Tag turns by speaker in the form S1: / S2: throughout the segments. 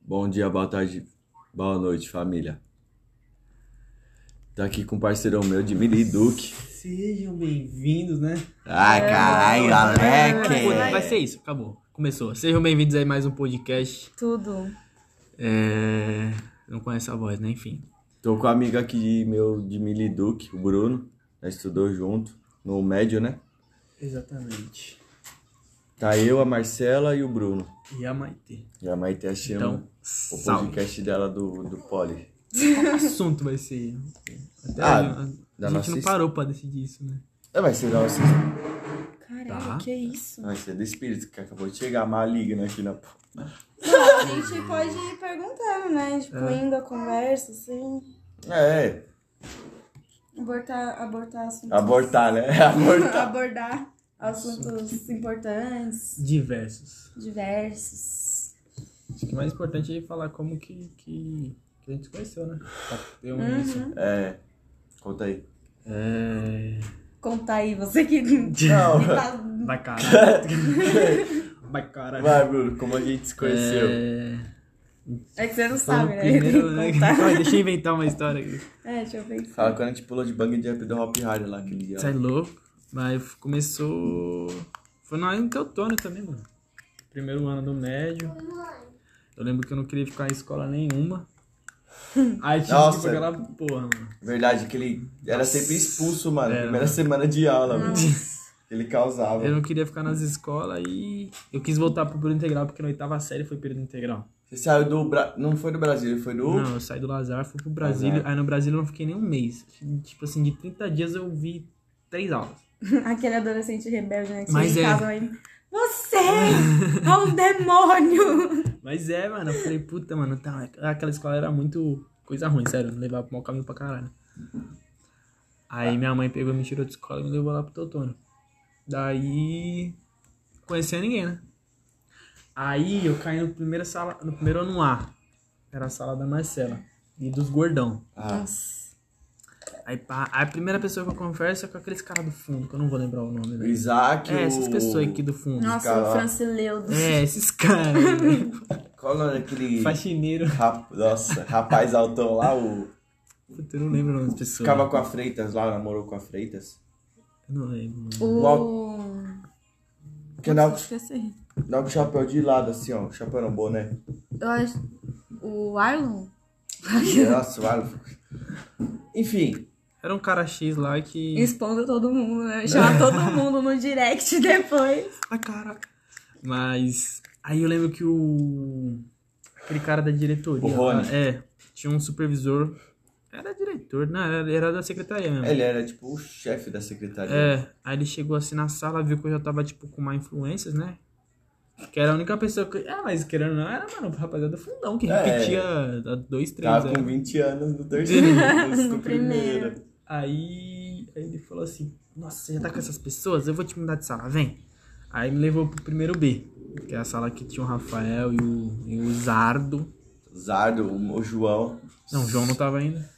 S1: Bom dia, boa tarde, boa noite, família. Tá aqui com um parceirão meu de Mili Duque.
S2: Sejam bem-vindos, né?
S1: Ai, caralho,
S3: Puta, né? Vai
S1: Alec!
S3: ser isso, acabou. Começou. Sejam bem-vindos aí a mais um podcast.
S4: Tudo.
S3: É... Não conheço a voz, né? Enfim.
S1: Tô com um amigo aqui de- meu de Mili Duque, o Bruno. Nós estudou junto no médio, né?
S2: Exatamente.
S1: Tá eu, a Marcela e o Bruno.
S2: E a Maitê.
S1: E a Maite chama
S3: Então,
S1: o
S3: salve.
S1: podcast dela do, do Poli.
S3: O assunto vai ser... Até
S1: Ah,
S3: a, a-
S1: da
S3: a gente
S1: nossa
S3: não
S1: his-
S3: parou pra decidir isso, né?
S1: É, Vai ser, da nossa-
S4: Caralho,
S3: Tá.
S4: que isso?
S1: vai ser do espírito que acabou de chegar, maligno aqui na...
S4: Não, a gente pode ir perguntando, né? Tipo,
S3: É.
S4: indo a conversa, assim.
S1: É,
S4: Abortar, abortar assuntos.
S1: abortar, né? Abortar.
S4: Abordar assuntos importantes,
S3: Diversos.
S4: diversos.
S3: Acho que o mais importante é falar como que, que, que a gente se conheceu, né? Pra ter um
S4: Uhum.
S1: É, conta aí.
S3: É...
S4: Conta aí, você que.
S1: Não.
S4: que tá-
S3: Vai, caralho. Vai, caralho.
S1: Vai, Bruno, como a gente se conheceu.
S3: É...
S4: É que você não
S3: Foi o
S4: sabe, né?
S3: primeiro,
S4: Tem
S3: né?
S4: que contar.
S3: Vai, Deixa eu inventar uma história aqui.
S4: É, deixa eu pensar.
S1: Fala quando a gente pulou de bang jump do Hop Hard lá aquele dia.
S3: Você é louco. Mas começou. Foi na intertônio né, também, mano. Primeiro ano do médio. Eu lembro que eu não queria ficar em escola nenhuma. Aí tinha
S1: Nossa.
S3: que pra aquela porra, mano.
S1: Verdade, que ele era sempre expulso, mano.
S3: Era.
S1: Primeira semana de aula, mano. Ele causava.
S3: Eu não queria ficar nas escolas e eu quis voltar pro período integral, porque na oitava série foi período integral.
S1: Você saiu do. Bra... Não foi do Brasil, ele foi do.
S3: Não, eu saí do Lazar, fui pro Brasília.
S1: Lazar.
S3: Aí no Brasília eu não fiquei nem um mês. Tipo assim, de 30 dias eu vi três aulas.
S4: Aquele adolescente rebelde, né? Que
S3: Mas
S4: chega em
S3: é.
S4: casa ainda. Você é um demônio!
S3: Mas é, mano, eu falei, puta, mano, tá, aquela escola era muito coisa ruim, sério, me levava pro mau caminho pra caralho. Aí minha mãe pegou, me tirou de escola e me levou lá pro Totônio. Daí. Conhecia ninguém, né? Aí eu caí no primeiro sala, no primeiro ano A. Era a sala da Marcela. E dos gordão.
S1: Ah,
S3: Aí, pá, a primeira pessoa que eu converso é com aqueles caras do fundo, que eu não vou lembrar o nome,
S1: o
S3: né?
S1: Isaac.
S3: É, essas
S1: o-
S3: pessoas aqui do fundo.
S4: Nossa,
S1: Cara.
S4: o Francileudo.
S3: É, esses caras. né?
S1: Qual o nome daquele.
S3: Faxineiro.
S1: rap- Nossa, rapaz altão lá, o.
S3: Puta, eu não lembro o nome das pessoas.
S1: Ficava com a Freitas lá, namorou com a Freitas.
S3: Eu não lembro. mano.
S4: O. é
S1: Que dá,
S4: Nossa, esqueci.
S1: dá com o chapéu de lado, assim, ó. Chapéu não bom, né?
S4: Eu acho. O Arlon?
S1: Nossa, vale. Enfim,
S3: Era um cara X lá que.
S4: Expondo todo mundo, né? Chama todo mundo no direct depois.
S3: Ai, caraca. Mas. Aí eu lembro que o. Aquele cara da diretoria.
S1: O Rony.
S3: lá, É. Tinha um supervisor. Era diretor, não, era, era da secretaria mesmo.
S1: ele era tipo o chefe da secretaria.
S3: É. Aí ele chegou assim na sala, viu que eu já tava, tipo, com má influências, né? Que era a única pessoa que. Ah, mas querendo ou não, era, mano, o rapaziada do fundão, que
S1: É.
S3: repetia há dois, três é.
S1: Tava
S3: anos.
S1: Tá com 20 anos no terceiro. no,
S4: No primeiro.
S3: Aí, aí ele falou assim: Nossa, você já tá com essas pessoas? Eu vou te mudar de sala, vem. Aí me levou pro primeiro B, que é a sala que tinha o Rafael e o, e o Zardo.
S1: Zardo, o o João.
S3: Não, o João não tava ainda.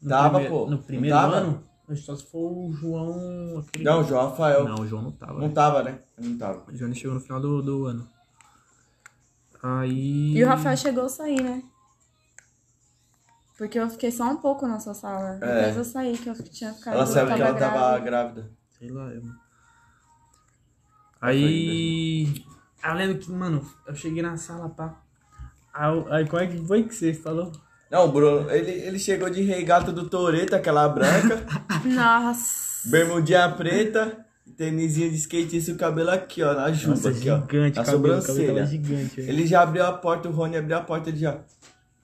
S3: No
S1: Tava,
S3: primeiro-
S1: pô.
S3: No
S1: Não
S3: primeiro
S1: tava?
S3: ano? Acho que só se for o João. Aquele
S1: Não, o João Rafael.
S3: Não, o João não tava.
S1: Não
S3: né?
S1: tava, né? Não tava.
S3: O João chegou no final do, do ano. Aí.
S4: E o Rafael chegou a sair, né? Porque eu fiquei só um pouco na sua sala.
S1: É.
S4: Depois eu saí, que eu tinha
S5: Tá,
S4: ficado.
S1: Ela sabe que ela tava
S4: grávida.
S1: grávida.
S3: Sei lá, eu.
S1: Tá
S3: Aí. Eu lembro que, mano, eu cheguei na sala, pá. Aí, eu- aí como é que foi que você falou?
S1: Não, o Bruno, ele, ele chegou de regata do Toreto, aquela branca,
S4: Nossa.
S1: bermudinha preta, tênisinha de skate e o cabelo aqui, ó, na juba,
S3: Nossa,
S1: aqui,
S3: gigante,
S1: ó. Na
S3: cabelo, cabelo
S1: sobrancelha.
S3: tava gigante. velho.
S1: Ele já abriu a porta, o Rony abriu a porta, ele já.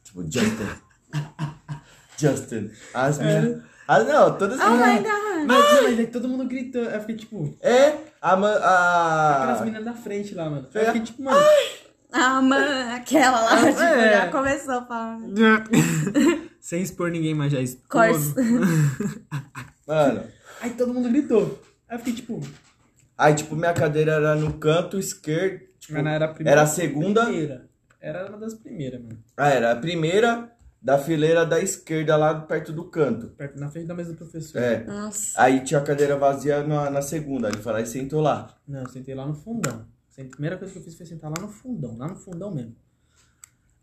S1: Tipo, Justin. Justin. As meninas. Ah, não, todas as
S4: Oh my
S1: meninas.
S4: god.
S3: Mas, não, mas aí todo mundo gritou. Eu fiquei tipo,
S1: É, a. ma-
S3: aquelas
S1: a...
S3: meninas da frente lá, mano.
S1: Ah. É.
S3: Eu fiquei tipo, mano.
S4: Ah, mano, aquela lá,
S3: Ah,
S4: tipo,
S3: é.
S4: já começou falando.
S3: Sem expor ninguém, mas já expor.
S4: Course.
S1: Mano.
S3: Aí todo mundo gritou. Aí eu fiquei tipo,
S1: Aí, tipo, minha cadeira era no canto esquerdo. Tipo,
S3: mano, era a primeira.
S1: era a segunda.
S3: Primeira. Era uma das primeiras, mano.
S1: Ah, era a primeira da fileira da esquerda, lá perto do canto.
S3: Perto, na frente da mesa do professor.
S1: É.
S4: Nossa.
S1: Aí tinha a cadeira vazia na, na segunda. Ele falou, aí sentou lá.
S3: Não, eu sentei lá no fundão. Sent- A primeira coisa que eu fiz foi sentar lá no fundão, lá no fundão mesmo.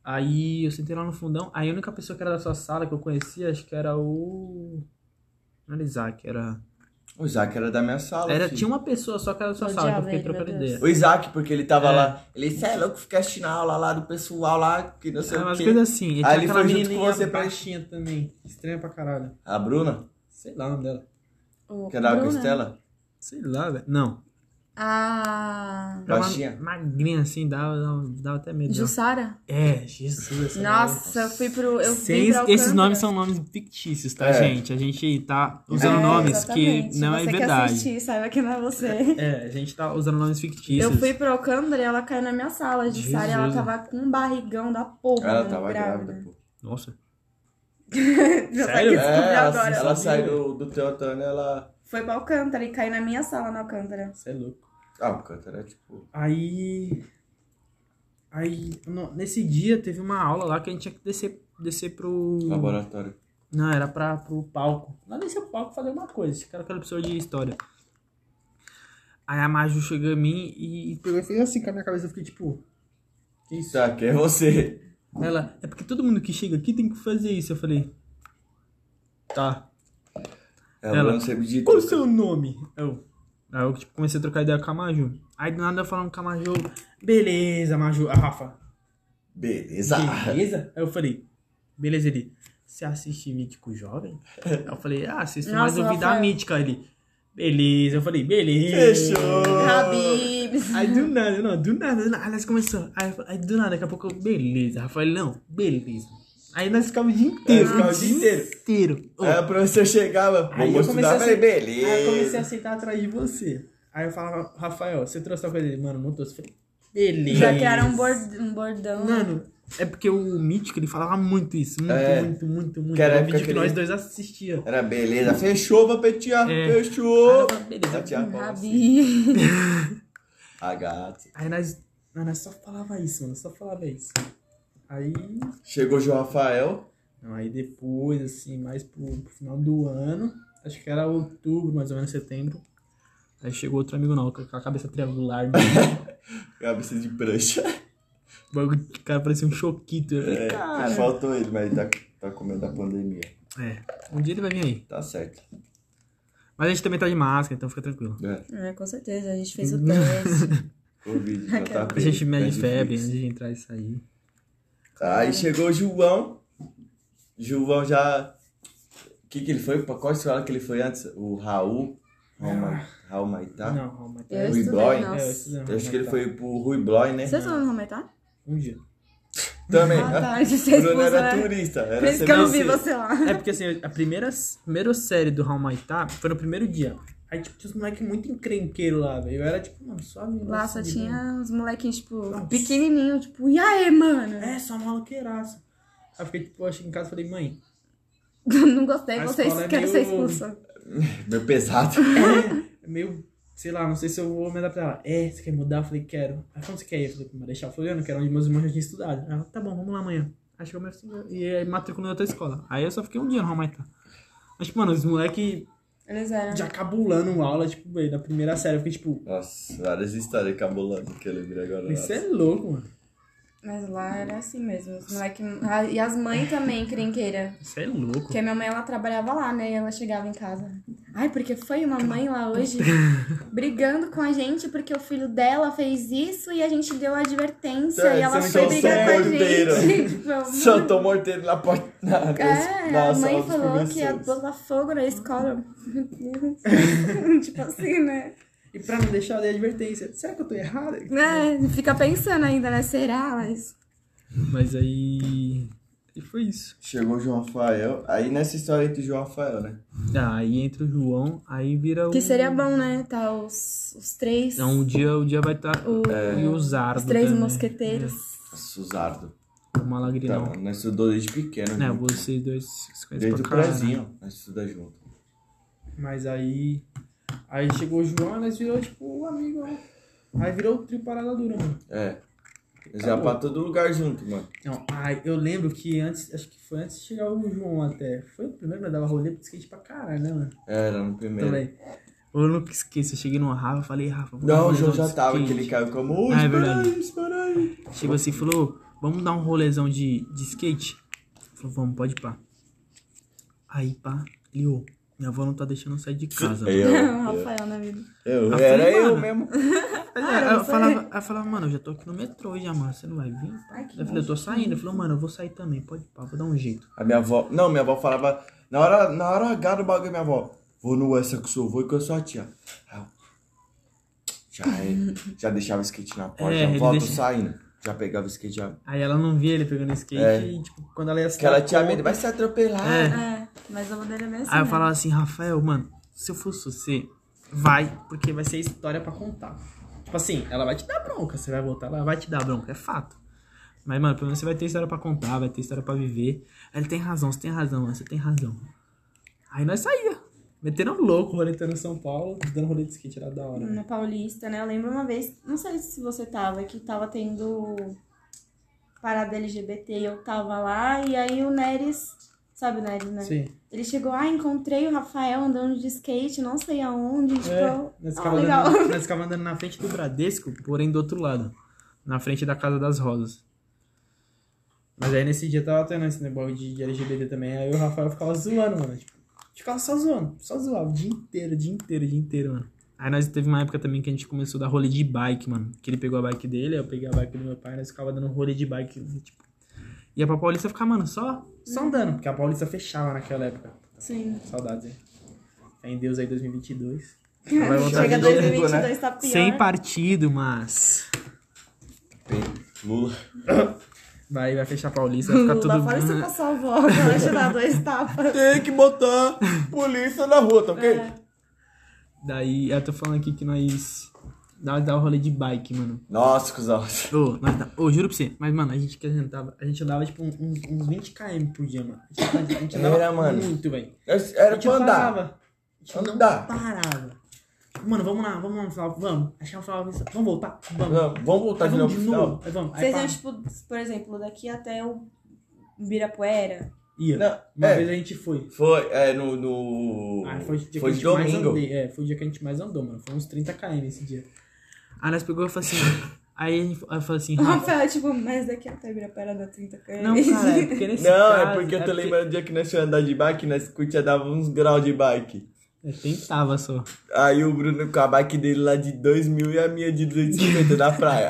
S3: Aí eu sentei lá no fundão, aí a única pessoa que era da sua sala que eu conhecia, acho que era o. Não era Isaac, era.
S1: O Isaac era da minha sala.
S3: era
S1: filho.
S3: tinha um uma pessoa só que era da sua
S5: Eu
S3: sala, que eu
S5: odiava
S3: fiquei
S5: ele, meu
S3: trocando
S5: Deus.
S3: ideia.
S1: O Isaac, porque ele tava
S3: É.
S1: lá. Ele, cê é louco, fica assistindo a aula lá do pessoal lá, que não sei
S3: Era
S1: o
S3: umas
S1: quê.
S3: coisas assim. E
S1: Aí
S3: tinha
S1: ele
S3: aquela
S1: foi junto com
S3: menininha
S1: você pra-
S3: baixinha também. Estranha pra caralho.
S1: A Bruna,
S3: Sei lá o nome dela.
S5: O
S1: que era a
S5: Bruna?
S1: Costela.
S3: Sei lá, velho. Não.
S5: Ah.
S3: Era
S1: Baixinha.
S3: uma magrinha assim, dava, dava, dava até medo. dela.
S5: Jussara?
S3: É, Jesus. essa
S5: Nossa, eu fui pro. Eu
S3: Sem-
S5: fui pra
S3: esses
S5: Alcântara.
S3: nomes são nomes fictícios, tá,
S1: É.
S3: gente? A gente tá usando
S5: É,
S3: nomes
S5: exatamente.
S3: que não é
S5: você
S3: verdade.
S5: Você que assistir, saiba que não é você.
S3: É, a gente tá usando nomes fictícios.
S5: Eu fui pro Alcântara e ela caiu na minha sala de Sara e ela
S3: Jesus. é.
S5: tava com um barrigão da porra.
S1: Ela
S5: mano,
S1: tava grávida, pô.
S3: Nossa.
S5: Você vai
S3: Sério?
S5: descobrir
S1: É, ela,
S5: agora.
S3: né?
S1: ela saiu do Teotônio, ela.
S5: Foi pra Alcântara e caiu na minha sala no Alcântara.
S3: Você é louco.
S1: Ah, o canto era tipo.
S3: Aí. Aí. no- nesse dia teve uma aula lá que a gente tinha que descer, descer pro.
S1: Laboratório.
S3: Não, era pra, pro palco. Lá descer pro palco fazer uma coisa. Esse cara aquela pessoa de história. Aí a Maju chegou em mim e, e pegou e fez assim com a minha cabeça. Eu fiquei tipo. Que isso?
S1: Tá, que é você.
S3: Ela, é porque todo mundo que chega aqui tem que fazer isso. Eu falei. Tá.
S1: É, o
S3: Ela.
S1: Bruno sempre dito.
S3: Qual o seu nome? Eu. Aí eu tipo, comecei a trocar ideia com a Maju. Aí do nada eu falando com a Maju. Beleza, Maju. A Rafa.
S1: Beleza.
S3: Ah. Beleza? Aí eu falei. Beleza, ele. Você assiste Mítico Jovem? Aí eu falei, ah, assisto, mas
S5: Nossa,
S3: eu vi da
S5: Rafael.
S3: Mítica. Ele. Beleza. Eu falei, beleza.
S5: Habibs.
S3: Aí do nada, não, do nada, do nada. Aí nós começou. Aí, eu falei- aí do nada, daqui a pouco, eu, beleza. Rafael, não, beleza. Aí nós ficamos o dia inteiro.
S1: É, ficava o dia inteiro.
S3: inteiro. Ô,
S1: Aí o professor chegava,
S3: Aí
S1: vou
S3: eu comecei
S1: estudar,
S3: a
S1: falei,
S3: se-
S1: beleza.
S3: Aí eu comecei a sentar atrás de você. Aí eu falava, Rafael, você trouxe tal coisa dele? Mano, não trouxe. Eu Falei, beleza.
S5: Já que era um, bord- um bordão.
S3: Mano, é porque o Mítico, ele falava muito isso. Muito,
S1: É.
S3: muito, muito, muito.
S1: Que era a
S3: Era o
S1: época
S3: vídeo que
S1: que ele-
S3: nós dois assistíamos.
S1: Era beleza. Fechou, Vapetia.
S3: É.
S1: Fechou.
S3: Aí eu falava, beleza.
S1: Tatear a palma assim.
S5: Habibs.
S1: A gato.
S3: Aí nós, nós nós só falava isso, mano. Só falava isso. Aí...
S1: Chegou o João Rafael.
S3: Não, Então, aí depois, assim, mais pro, pro final do ano, acho que era outubro, mais ou menos setembro. Aí chegou outro amigo não, com a cabeça triangular, né?
S1: Cabeça de prancha.
S3: o bagulho- o cara parecia um choquito. Eu falei,
S1: É,
S3: cara.
S1: faltou ele, mas ele tá, tá com medo da pandemia.
S3: É, um dia ele vai vir aí.
S1: Tá certo.
S3: Mas a gente também tá de máscara, então fica tranquilo.
S1: É.
S5: É, com certeza, a gente fez o teste.
S1: Covid, já tá
S3: A
S1: bem,
S3: gente mede
S1: tá
S3: febre né?
S1: difícil.
S3: antes de entrar e sair.
S1: Aí chegou o João. João já. O que, que ele foi? Pra qual escola que ele foi antes? O Raul. Raul, Ma... Raul Maitá?
S3: Não, calma.
S5: Ah. Eu
S1: Rui
S5: estudei,
S1: Boy?
S3: É, eu
S5: nossa.
S3: estudei,
S1: Eu acho que ele
S3: tá.
S1: foi pro Rui Bloy, né?
S5: Você estudou no Rometá?
S3: Um dia.
S1: Também.
S5: Ah,
S1: né?
S5: tá, de ser
S1: O Bruno
S5: expulso,
S1: era
S5: né?
S1: turista.
S5: Por
S1: Era
S5: isso que eu não vi
S1: semestre.
S5: você lá.
S3: É porque assim, a primeira, primeira série do How Maitá foi no primeiro dia. Aí, tipo, tinha uns moleques muito encrenqueiro lá, velho. Eu era tipo, mano, só menino
S5: Lá só
S3: de
S5: tinha uns molequinhos, tipo,
S3: né? Nossa.
S5: pequenininho, tipo, e aí, mano?
S3: É, só maloqueiraça. Aí eu fiquei, tipo, eu cheguei em casa e falei, mãe,
S5: Não gostei,
S3: A
S5: vocês
S3: escola é
S5: querem ser
S3: meio-
S5: expulsa.
S1: Meu pesado.
S3: é meio, sei lá, não sei se eu vou me adaptar. Ela, é, você quer mudar? Eu falei, quero. Aí quando você quer ir? Eu falei, vou deixar. Eu falei, eu não quero, onde meus irmãos já tinham estudado. Ela, tá bom, vamos lá amanhã. Aí chegou meu filho e aí matriculou em outra escola. Aí eu só fiquei um dia no Hamaitá. Mas, tipo, mano, os moleques
S5: Eles eram.
S3: já cabulando aula, tipo, velho, na primeira série. Eu fiquei, tipo,
S1: Nossa, várias histórias cabulando que eu lembrei agora.
S3: isso é louco, mano.
S5: Mas lá era assim mesmo. Os moleque... Ah, E as mães também, crinqueira.
S3: Isso é louco.
S5: Porque a minha mãe, ela trabalhava lá, né? E ela chegava em casa. Ai, porque foi uma mãe lá hoje brigando com a gente porque o filho dela fez isso e a gente deu a advertência
S1: É,
S5: e ela
S1: você
S5: foi
S1: não
S5: brigar com
S1: soltou
S5: a
S1: o
S5: gente.
S1: morteiro.
S5: Tipo, eu-
S1: Soltou o morteiro na porta. Na,
S5: É,
S1: na sala
S5: a mãe
S1: um dos
S5: falou que ia
S1: professores.
S5: botar fogo na escola. Meu Deus. tipo assim, né?
S3: E pra não deixar, eu dei advertência. Será que eu tô errado?
S5: né? Fica pensando ainda, né? Será? Mas...
S3: Mas aí... E foi isso.
S1: Chegou o João Rafael. Aí nessa história entre o João Rafael, né?
S3: Ah, aí entra o João, aí vira o...
S5: Que seria bom, né? Tá os, os três.
S3: Então, um né? dia, o dia vai estar...
S5: O-
S3: E o Zardo
S5: Os três
S3: também.
S5: mosqueteiros.
S1: Suzardo.
S3: O Malagrinão.
S1: Então, nós estudou desde pequeno.
S3: né,
S1: junto.
S3: vocês dois se conhecem
S1: Desde
S3: pra
S1: o
S3: caralho. né?
S1: prézinho, nós estuda junto.
S3: Mas aí... Aí chegou o João e nós virou, tipo, um amigo, né? Aí virou o trio parada dura, mano.
S1: É. Nós ia
S3: Acabou.
S1: pra todo lugar junto, mano.
S3: Não, ai, Então, eu lembro que antes... Acho que foi antes de chegar o João até. Foi o primeiro, né? Dava rolê pro skate pra caralho, né, mano?
S1: Era no primeiro.
S3: Também. Eu nunca esqueço. Eu cheguei no Rafa, falei, Rafa... vamos dar um
S1: Não, o
S3: rolê
S1: João
S3: de
S1: já tava, que
S3: skate.
S1: ele caiu como. "Ô,
S3: Ah, é
S1: espera
S3: verdade.
S1: aí, espera aí.
S3: Chegou assim e falou: vamos dar um rolezão de, de skate? Falou, vamos, pode pá. Aí, pá, ele, ô, minha avó não tá deixando eu sair de casa.
S1: Aí Eu,
S4: o
S1: eu,
S4: Rafael na vida.
S1: eu,
S3: Ah,
S1: era
S3: falei,
S1: eu
S3: mano.
S1: mesmo.
S3: Aí
S4: Ah,
S3: ela,
S4: você-
S3: falava, ela falava, mano, eu já tô aqui no metrô já, mano, você não vai vir? pá?"
S4: Ai, que
S3: eu falei, eu tô saindo. Ele falou, mano, eu vou sair também, pode pá, vou dar um jeito.
S1: A minha avó. Não, minha avó falava. Na hora, na hora H do bagulho, minha avó. Vou no essa com seu avô e com a sua tia. Aí eu, Já, é, já deixava o skate na porta.
S3: É,
S1: já
S3: ele
S1: volto
S3: deixa- Tá
S1: saindo. Já pegava o skate já.
S3: Aí ela não via ele pegando skate
S1: É.
S3: e, tipo, quando ela ia se
S1: Porque ela
S3: dar
S1: tinha
S3: conta-
S1: medo, vai se atropelar.
S3: É.
S4: É, mas a modelo é bem assim.
S3: Aí eu
S4: né?
S3: falava assim, Rafael, mano, se eu fosse você, vai, porque vai ser história pra contar. Tipo assim, ela vai te dar bronca, você vai voltar, ela vai te dar bronca, é fato. Mas, mano, pelo menos você vai ter história pra contar, vai ter história pra viver. Aí ele tem razão, você tem razão, mano, você tem razão. Aí nós saía, metendo um louco, roletando em São Paulo, dando rolê de skate, era da hora. né?
S4: Na Paulista, né? Eu lembro uma vez, não sei se você tava, que tava tendo parada LGBT e eu tava lá, e aí o Neres, sabe o Neres, né?
S3: Sim,
S4: Ele chegou, ah, encontrei o Rafael andando de skate, não sei aonde, tipo,
S3: É,
S4: eu-
S3: nós
S4: ah,
S3: ficava,
S4: legal.
S3: andando, nós ficava andando na frente do Bradesco, porém do outro lado, na frente da Casa das Rosas. Mas aí nesse dia tava tendo esse negócio de, de LGBT também, aí o Rafael ficava zoando, mano. Tipo, a gente ficava só zoando, só zoava o dia inteiro, o dia inteiro, o dia inteiro, mano. Aí nós teve uma época também que a gente começou a dar rolê de bike, mano. Que ele pegou a bike dele, eu peguei a bike do meu pai, nós ficava dando rolê de bike, tipo. Ia pra Paulista ficar, mano, só, só andando, porque a Paulista fechava naquela época.
S4: Sim.
S3: Saudades, hein? Fé em Deus aí 2022. Vai voltar
S4: Chega
S3: de
S4: 2022,
S1: novo, né?
S4: tá pior.
S3: Sem partido, mas.
S1: Lula.
S3: Vai, vai fechar a Paulista, vai ficar
S4: Lula,
S3: tudo. É.
S4: fala isso pra sua avó, que ela te dá dois tapas.
S1: Tem que botar polícia na rua, tá ok?
S4: É.
S3: Daí, eu tô falando aqui que nós. Nós dá o rolê de bike, mano.
S1: Nossa, cuzão.
S3: Ô, nós dá... Ô, juro pra você. Mas, mano, a gente que adiantava. A gente andava, tipo, uns, uns 20 km por dia, mano. A gente, andava- a gente andava
S1: Era, mano.
S3: muito, velho. A
S1: Era
S3: gente
S1: pra andar.
S3: parava. A gente não
S1: Andar.
S3: parava. Tipo, Mano, vamos lá, vamos lá, Flávio, vamos. Achar o Flávio, vamos voltar, vamos.
S1: Não, Vamos voltar
S3: Aí
S1: de
S3: vamos
S1: novo.
S3: de
S1: pro
S3: novo, aí vamos. Aí
S4: Vocês
S3: pá.
S4: iam, tipo, por exemplo, daqui até o Ibirapuera.
S3: Ia.
S1: Não,
S3: Uma
S1: é.
S3: vez a gente foi.
S1: Foi, é, no. no...
S3: Ah, foi o dia
S1: Tipo, foi
S3: que
S1: de
S3: a gente mais
S1: domingo.
S3: andei. É, foi o dia que a gente mais andou, mano. Foi uns 30 km esse dia. Aí nós pegou e falou assim. Aí a gente- aí eu falei assim,
S4: O
S3: Rafa.
S4: Rafael, tipo, mas daqui até Ibirapuera dá 30 km.
S3: Não, cara, é porque nesse
S1: Não,
S3: caso,
S1: é porque eu tô lembrando do dia que nós fomos andar de bike, nós curtia dava uns graus de bike.
S3: Eu tentava só.
S1: Aí o Bruno com a bike dele lá de 2 mil e a minha de 250 na praia.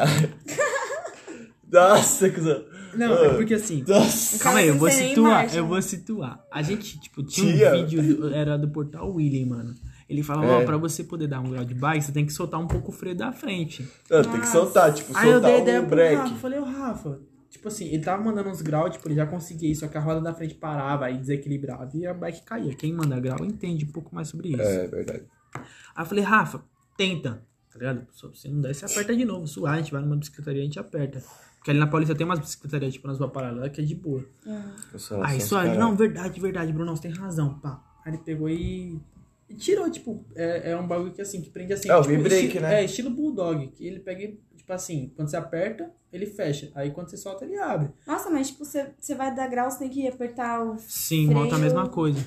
S1: Nossa, cuzão.
S3: Não,
S1: Ah.
S3: é porque assim.
S1: Nossa.
S3: Calma aí, eu vou
S4: Sem nem
S3: situar,
S4: imagem.
S3: eu vou situar. A gente, tipo, tinha
S1: Tia.
S3: um vídeo, do- era do portal William, mano. Ele falava, ó,
S1: É.
S3: pra você poder dar um grau de bike, você tem que soltar um pouco o freio da frente.
S1: Não, tem que soltar, tipo,
S3: Aí eu
S1: soltar
S3: dei
S1: o
S3: ideia pro Rafa,
S1: break.
S3: falei, ô Rafa, tipo assim, ele tava mandando uns graus, tipo, ele já conseguia isso, só que a roda da frente parava aí desequilibrava e a bike caía. Quem manda grau entende um pouco mais sobre isso.
S1: É, verdade.
S3: Aí eu falei, Rafa, tenta. Tá ligado? Só se não der, você aperta de novo. Suar, a gente vai numa bicicletaria e a gente aperta. Porque ali na Paulista tem umas bicicletarias, tipo, nas ruas paralelas, que é de boa.
S1: Eu sou-
S3: aí
S1: sou
S3: só,
S1: os
S3: ele,
S1: caras.
S3: não, verdade, verdade, Bruno, você tem razão, pá. Aí ele pegou e. e tirou, tipo, é, é um bagulho que assim, que prende assim.
S1: É, o
S3: tipo,
S1: V-brake,
S3: esti-
S1: né?
S3: É, estilo bulldog. Que ele pega e, tipo assim, quando você aperta, ele fecha. Aí quando você solta, ele abre.
S4: Nossa, mas tipo, você você vai dar grau, você tem que apertar o.
S3: Sim,
S4: Freio.
S3: volta a mesma coisa.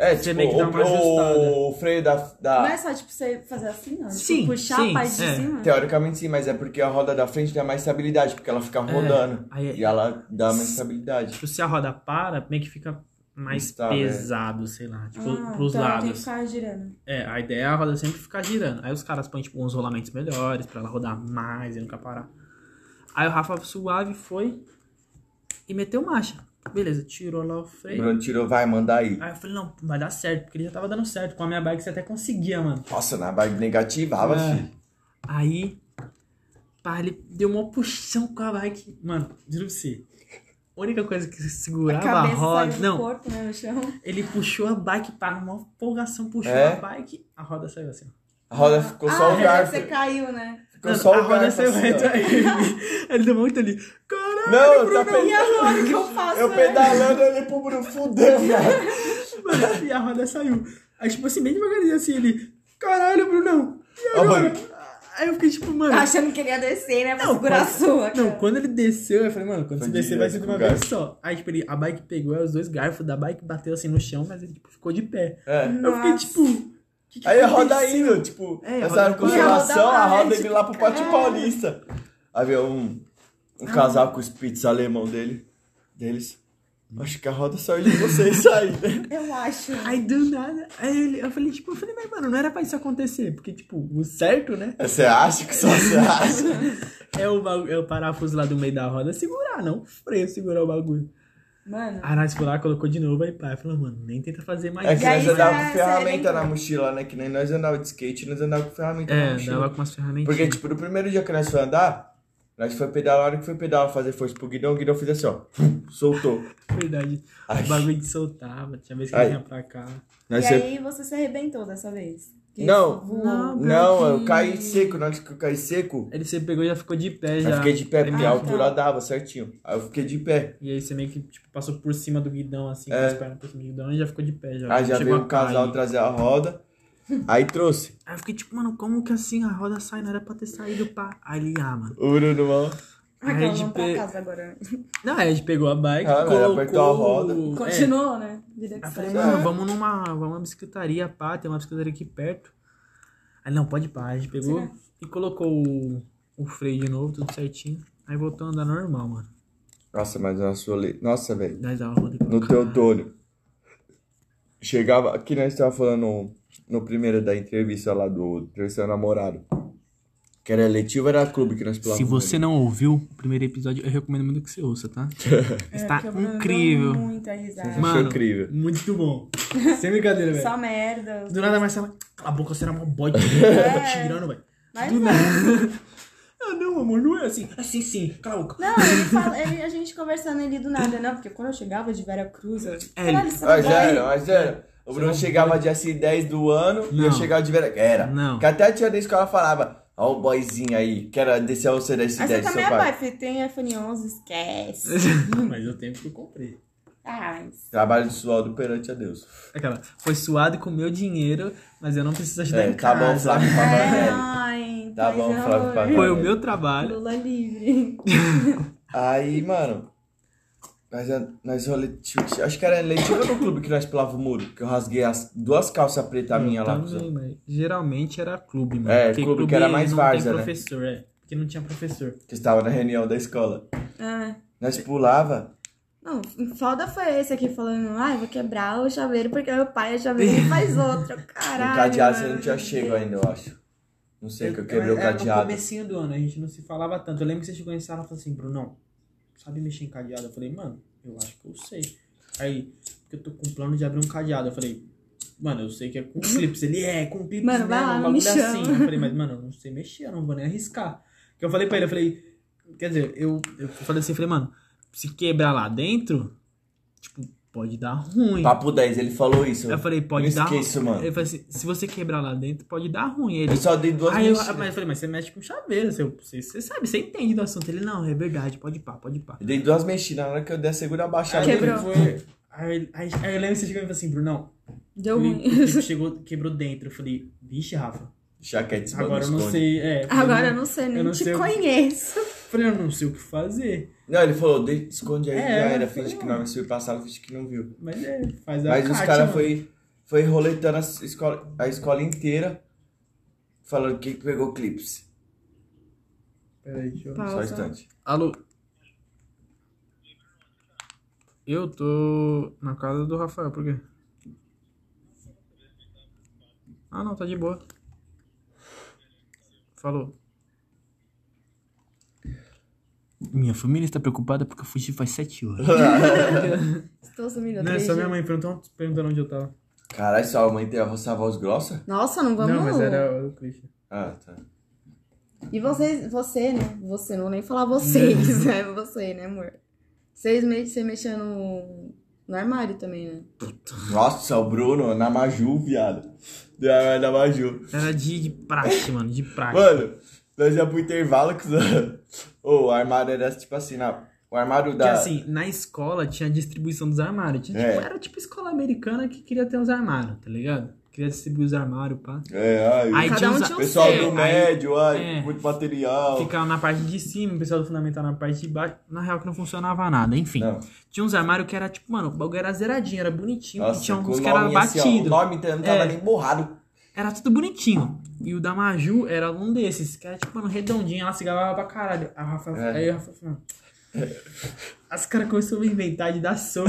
S1: É,
S3: Você
S1: tipo,
S3: meio que dá uma ajustada.
S1: o, o freio da, da-
S4: Não
S3: Ah.
S4: é só tipo você fazer assim, não. Tipo,
S3: Sim,
S4: puxar
S3: sim,
S4: a parte
S3: é.
S4: de cima.
S1: Teoricamente sim, mas é porque a roda da frente dá mais estabilidade, porque ela
S4: É,
S1: fica rodando.
S3: Aí,
S1: E ela dá mais estabilidade.
S3: tipo, se a roda para, meio que fica mais
S1: Tá, né?
S3: pesado, sei lá, tipo,
S4: Ah,
S3: pros
S4: então ela
S3: lados.
S4: tem que ficar girando.
S3: É, a ideia é a roda sempre ficar girando. Aí os caras põem, tipo, uns rolamentos melhores pra ela rodar mais e nunca parar. Aí o Rafa suave foi e meteu marcha. Beleza, tirou lá o
S1: O
S3: freio.
S1: Bruno tirou, vai, manda aí.
S3: Aí eu falei, não, vai dar certo, porque ele já tava dando certo. Com a minha bike você até conseguia, mano.
S1: Nossa, na bike negativava,
S3: É.
S1: filho.
S3: Aí, pá, ele deu uma puxão com a bike. Mano, juro pra você. A única coisa que
S4: A
S3: segurava a,
S4: cabeça
S3: roda.
S4: saiu do
S3: Não,
S4: corpo, né, no chão.
S3: ele puxou a bike, pá, numa folgação, puxou
S1: É?
S3: a bike, a roda saiu assim.
S1: A roda ficou só
S4: ah,
S1: o
S4: é,
S1: garfo.
S4: Você caiu, né?
S1: Ficou
S3: Mano,
S1: só
S3: a
S1: o
S3: roda
S1: garfo.
S3: saiu
S1: assim,
S3: reto
S1: ó.
S3: aí. né? Ele deu muito ali. Caralho!
S1: Não, eu tá
S4: E
S1: pe-
S4: agora o que eu faço?
S1: Eu
S4: né?
S1: pedalando ali pro Bruno fudeu, viado.
S3: Mano, e a roda saiu. Aí, tipo assim, bem devagarinho assim, ele. Caralho, Brunão! E
S1: Ó,
S3: agora?
S1: mano. Ah,
S3: Aí eu fiquei tipo, mano.
S4: Tá Achando que ele ia descer, né? Pra
S3: Não,
S4: segurar
S3: quando-
S4: a sua.
S3: Não,
S4: cara.
S3: quando ele desceu, eu falei, mano, quando
S1: Foi
S3: você descer
S1: direto
S3: vai ser de uma
S1: com o
S3: vez só. Aí, tipo, ele, a bike pegou, aí os dois garfos da bike bateu assim no chão, mas ele tipo, ficou de pé.
S1: É.
S3: Eu fiquei
S4: Nossa.
S3: tipo. que que
S1: Aí a roda
S3: aconteceu?
S1: indo, tipo,
S3: É, a
S1: essa
S3: roda-
S1: consolação,
S4: E a roda
S1: a roda
S4: vai,
S1: indo lá pro Pátio
S4: é.
S1: Paulista. Aí veio um. um
S4: Ah.
S1: casaco com os pits alemão dele. Deles. Acho que a roda saiu de vocês sair, né?
S4: Eu acho.
S3: Aí do nada, aí ele- eu falei, tipo, eu falei, mas mano, não era pra isso acontecer. Porque, tipo, o certo, né?
S1: Você acha que só você acha?
S3: É o, bagu- é o parafuso lá do meio da roda segurar, não o freio segurar o bagulho.
S4: Mano.
S3: Aí nós foi lá, colocou de novo, aí pai falou, mano, nem tenta fazer mais
S1: É que
S4: E aí
S1: nós andava
S4: você-
S1: com
S4: você
S1: ferramenta
S4: lembra?
S1: na mochila, né? Que nem nós andava de skate, nós andava com ferramenta na
S3: É,
S1: mochila.
S3: dava com umas ferramentas.
S1: Porque, tipo, no primeiro dia que nós foi andar, nós foi pedalar, a hora que foi pedalar, fazer força pro Guidão, o Guidão fez assim, ó. Soltou.
S3: verdade.
S1: Ai.
S3: O bagulho de soltava, tinha vez que
S1: Ai.
S3: vinha pra cá.
S1: Nós
S4: e
S1: foi-
S4: aí você se arrebentou dessa vez. Que
S1: Não.
S4: voou.
S3: Não.
S1: Não, eu
S3: Porque-
S1: caí seco. Na hora que eu caí seco,
S3: Aí você pegou e já ficou de pé já.
S1: eu fiquei de pé, porque a
S4: Ah,
S1: altura
S4: tá.
S1: dava certinho. Aí eu fiquei de pé.
S3: E aí você meio que tipo, passou por cima do guidão, assim,
S1: É.
S3: com as pernas por cima do guidão e já ficou de pé já.
S1: Aí já
S3: Chegou
S1: veio o
S3: a
S1: casal
S3: cair.
S1: trazer a roda. Aí trouxe.
S3: Aí eu fiquei tipo, mano, como que assim a roda sai? Não era pra ter saído pá. Aí ele, ah, mano.
S1: O Bruno, mano.
S4: Ah,
S3: Aí
S4: então
S3: a gente
S4: vamos pra
S3: pe-
S4: casa agora. né?
S3: Não, aí a gente pegou a bike,
S1: Ah, velho,
S3: colocou...
S1: apertou a roda.
S3: É.
S4: Continuou, né? Vida que
S3: Aí eu falei,
S4: segue.
S3: mano, vamos numa, vamos numa bicicletaria, pá, tem uma bicicletaria aqui perto. Aí não, pode pá, a gente pegou
S4: Será?
S3: e colocou o, o freio de novo, tudo certinho. Aí voltou a andar normal, mano.
S1: Nossa, mas na sua... le- Nossa, velho.
S3: Nós dava roda e
S1: No
S3: colocava.
S1: Teotônio. Chegava... Aqui nós tava falando no primeiro da entrevista lá do terceiro namorado. Que era letivo, era clube que nós
S3: Se
S1: pulávamos.
S3: você não ouviu o primeiro episódio, eu recomendo muito que você ouça, tá? Está
S4: porque o Bruno deu
S3: incrível.
S4: Muita risada.
S1: Mano, é incrível.
S3: muito bom. Sem brincadeira, velho.
S4: Só merda.
S3: Do nada a Marcela, cala a boca, você era mó bode.
S4: É.
S3: Te tirando, velho.
S4: Mas
S3: Do
S4: é.
S3: nada. Ah, não, amor, não é assim. Assim sim, cala a boca.
S4: Não, ele fala, ele- a gente conversando ali do nada, não, porque quando eu chegava de Vera Cruz,
S3: É,
S4: eu. Caralho, você tá
S1: Mas
S4: não vai?
S1: Ah, era, mas era. O Bruno chegava dia assim, 10 do ano e eu
S3: Não.
S1: chegava de verão. Era.
S3: Não.
S1: Que até a tia da escola falava, ó o boyzinho aí, que era descer você da
S4: Aí você
S1: S10 do
S4: também
S1: seu
S4: é
S1: pai.
S4: pai, filho, tem iPhone 11, esquece.
S3: Mas eu tenho que eu comprei.
S4: Ah, mas-
S1: Trabalho de suado perante a Deus.
S3: Aquela, foi suado com meu dinheiro, mas eu não preciso ajudar
S1: É,
S3: em
S1: tá bom,
S3: casa.
S1: Flávio
S4: É,
S1: Pavanelli.
S4: ai,
S1: Tá bom,
S4: pois é,
S1: Flávio
S4: amor.
S1: Pavanelli.
S3: Foi o meu trabalho.
S4: Lula livre.
S1: Aí, mano, nós, nós roletivo, acho que era letivo no clube que nós pulava o muro, que eu rasguei as duas calças pretas minha lá.
S3: Também, Então, mas geralmente era clube, mano.
S1: É,
S3: Porque
S1: clube que era mais
S3: não
S1: várzea,
S3: tem
S1: né?
S3: professor, é. Porque não tinha professor.
S1: Que estava na reunião da escola.
S4: Ah.
S1: Nós pulava,
S4: Não, foda foi esse aqui falando, ai, vou quebrar o chaveiro porque meu pai é chaveiro e faz outro.
S1: o
S4: Caralho.
S1: cadeado você
S4: mano.
S1: não tinha chego ainda, eu acho. Não sei que eu quebrei o
S3: Era é, no
S1: cadeado.
S3: comecinho do ano, a gente não se falava tanto. Eu lembro que você chegou em sala e falou assim, Brunão, sabe mexer em cadeado? Eu falei, mano, eu acho que eu sei. Aí, porque eu tô com plano de abrir um cadeado. Eu falei, mano, eu sei que é com clips. Ele é, com clips,
S4: Mano,
S3: né?
S4: vai lá,
S3: um
S4: não me
S3: bagulho
S4: chama.
S3: assim. Eu falei, mas, mano, eu não sei mexer, eu não vou nem arriscar. Porque eu falei pra ele, eu falei, quer dizer, eu, eu falei assim, eu falei, mano, se quebrar lá dentro, tipo, pode dar ruim.
S1: Papo 10, ele falou isso.
S3: Aí Eu falei, pode
S1: não
S3: dar
S1: Tá. esqueço, mano.
S3: Eu falei assim, se você quebrar lá dentro, pode dar ruim. Ele,
S1: Eu só dei duas
S3: Aí eu,
S1: mexidas.
S3: mas eu falei, mas você mexe com chaveiro, você, você, você sabe, você entende do assunto. Ele, não, é verdade, pode ir pá, pode ir pá.
S1: Eu dei duas mexidas. Na hora que eu dei a segunda baixada,
S3: Aí ele
S4: Quebrou.
S3: foi- Aí, aí- aí eu lembro que você chegou e falou assim, Brunão,
S4: Deu
S3: e-
S4: ruim.
S3: e que chegou, quebrou dentro. Eu falei, vixe, Rafa,
S1: chaquete.
S3: agora eu não sei. É, eu falei,
S4: Agora eu não sei, nem
S3: Eu não
S4: te
S3: sei o-
S4: conheço.
S3: Falei, eu não sei o que fazer.
S1: Não, ele falou, "Dei- esconde aí,
S3: É,
S1: já era.
S3: eu
S1: Finge
S3: falei,
S1: que não, se passado, finge que não viu.
S3: Mas é, faz a
S1: Mas os
S3: Kátia,
S1: caras
S3: mano.
S1: foi, foi roletando a escola, a escola inteira, falando que pegou clips.
S3: Peraí, deixa eu...
S1: Só um
S4: Pausa.
S1: instante.
S3: Alô? Eu tô na casa do Rafael, por quê? Ah, não, tá de boa. Falou. Minha família está preocupada porque eu fugi faz sete horas.
S4: Estou sumindo há
S3: Não, é
S4: três
S3: só minha
S4: dias.
S3: mãe perguntando, perguntando onde eu tava.
S1: Caralho, sua mãe tem a roça voz grossa?
S4: Nossa, não vamos.
S3: Não, mas era o Christian.
S1: Ah, tá.
S4: E vocês, você, né? Você, não vou nem falar vocês, né? Você, né, amor? Vocês me, você mexeu no, no armário também, né?
S1: Nossa, o Bruno, na Maju, viado. Na na Maju.
S3: Era de, de praxe, mano, de praxe.
S1: Mano, nós ia pro intervalo que os- Ô, o armário era tipo assim, na... o armário
S3: Porque
S1: da.
S3: assim, na escola tinha a distribuição dos armários. Tinha,
S1: É.
S3: tipo, era tipo escola americana que queria ter os armários, tá ligado? Queria distribuir os armários, pá.
S1: É, ai.
S3: Aí
S4: Cada
S3: tinha
S4: um
S3: os-
S4: tinha um
S1: pessoal
S4: seu.
S1: do
S3: Aí-
S1: médio, ai,
S3: é.
S1: muito material.
S3: Ficava na parte de cima, o pessoal do fundamental na parte de baixo. Na real que não funcionava nada, enfim.
S1: Não.
S3: Tinha uns armários que era tipo, mano, o bagulho era zeradinho, era bonitinho. e
S1: Nossa,
S3: tinha
S1: com
S3: uns
S1: o
S3: que era
S1: nome assim, ó, o
S3: batido.
S1: nome não tava
S3: É.
S1: nem borrado.
S3: Era tudo bonitinho. E o da Maju era um desses, que era tipo, mano, redondinho, ela se gabava pra caralho. Aí o Rafael,
S1: É.
S3: aí o Rafael falou, as caras começaram a inventar de dar soco.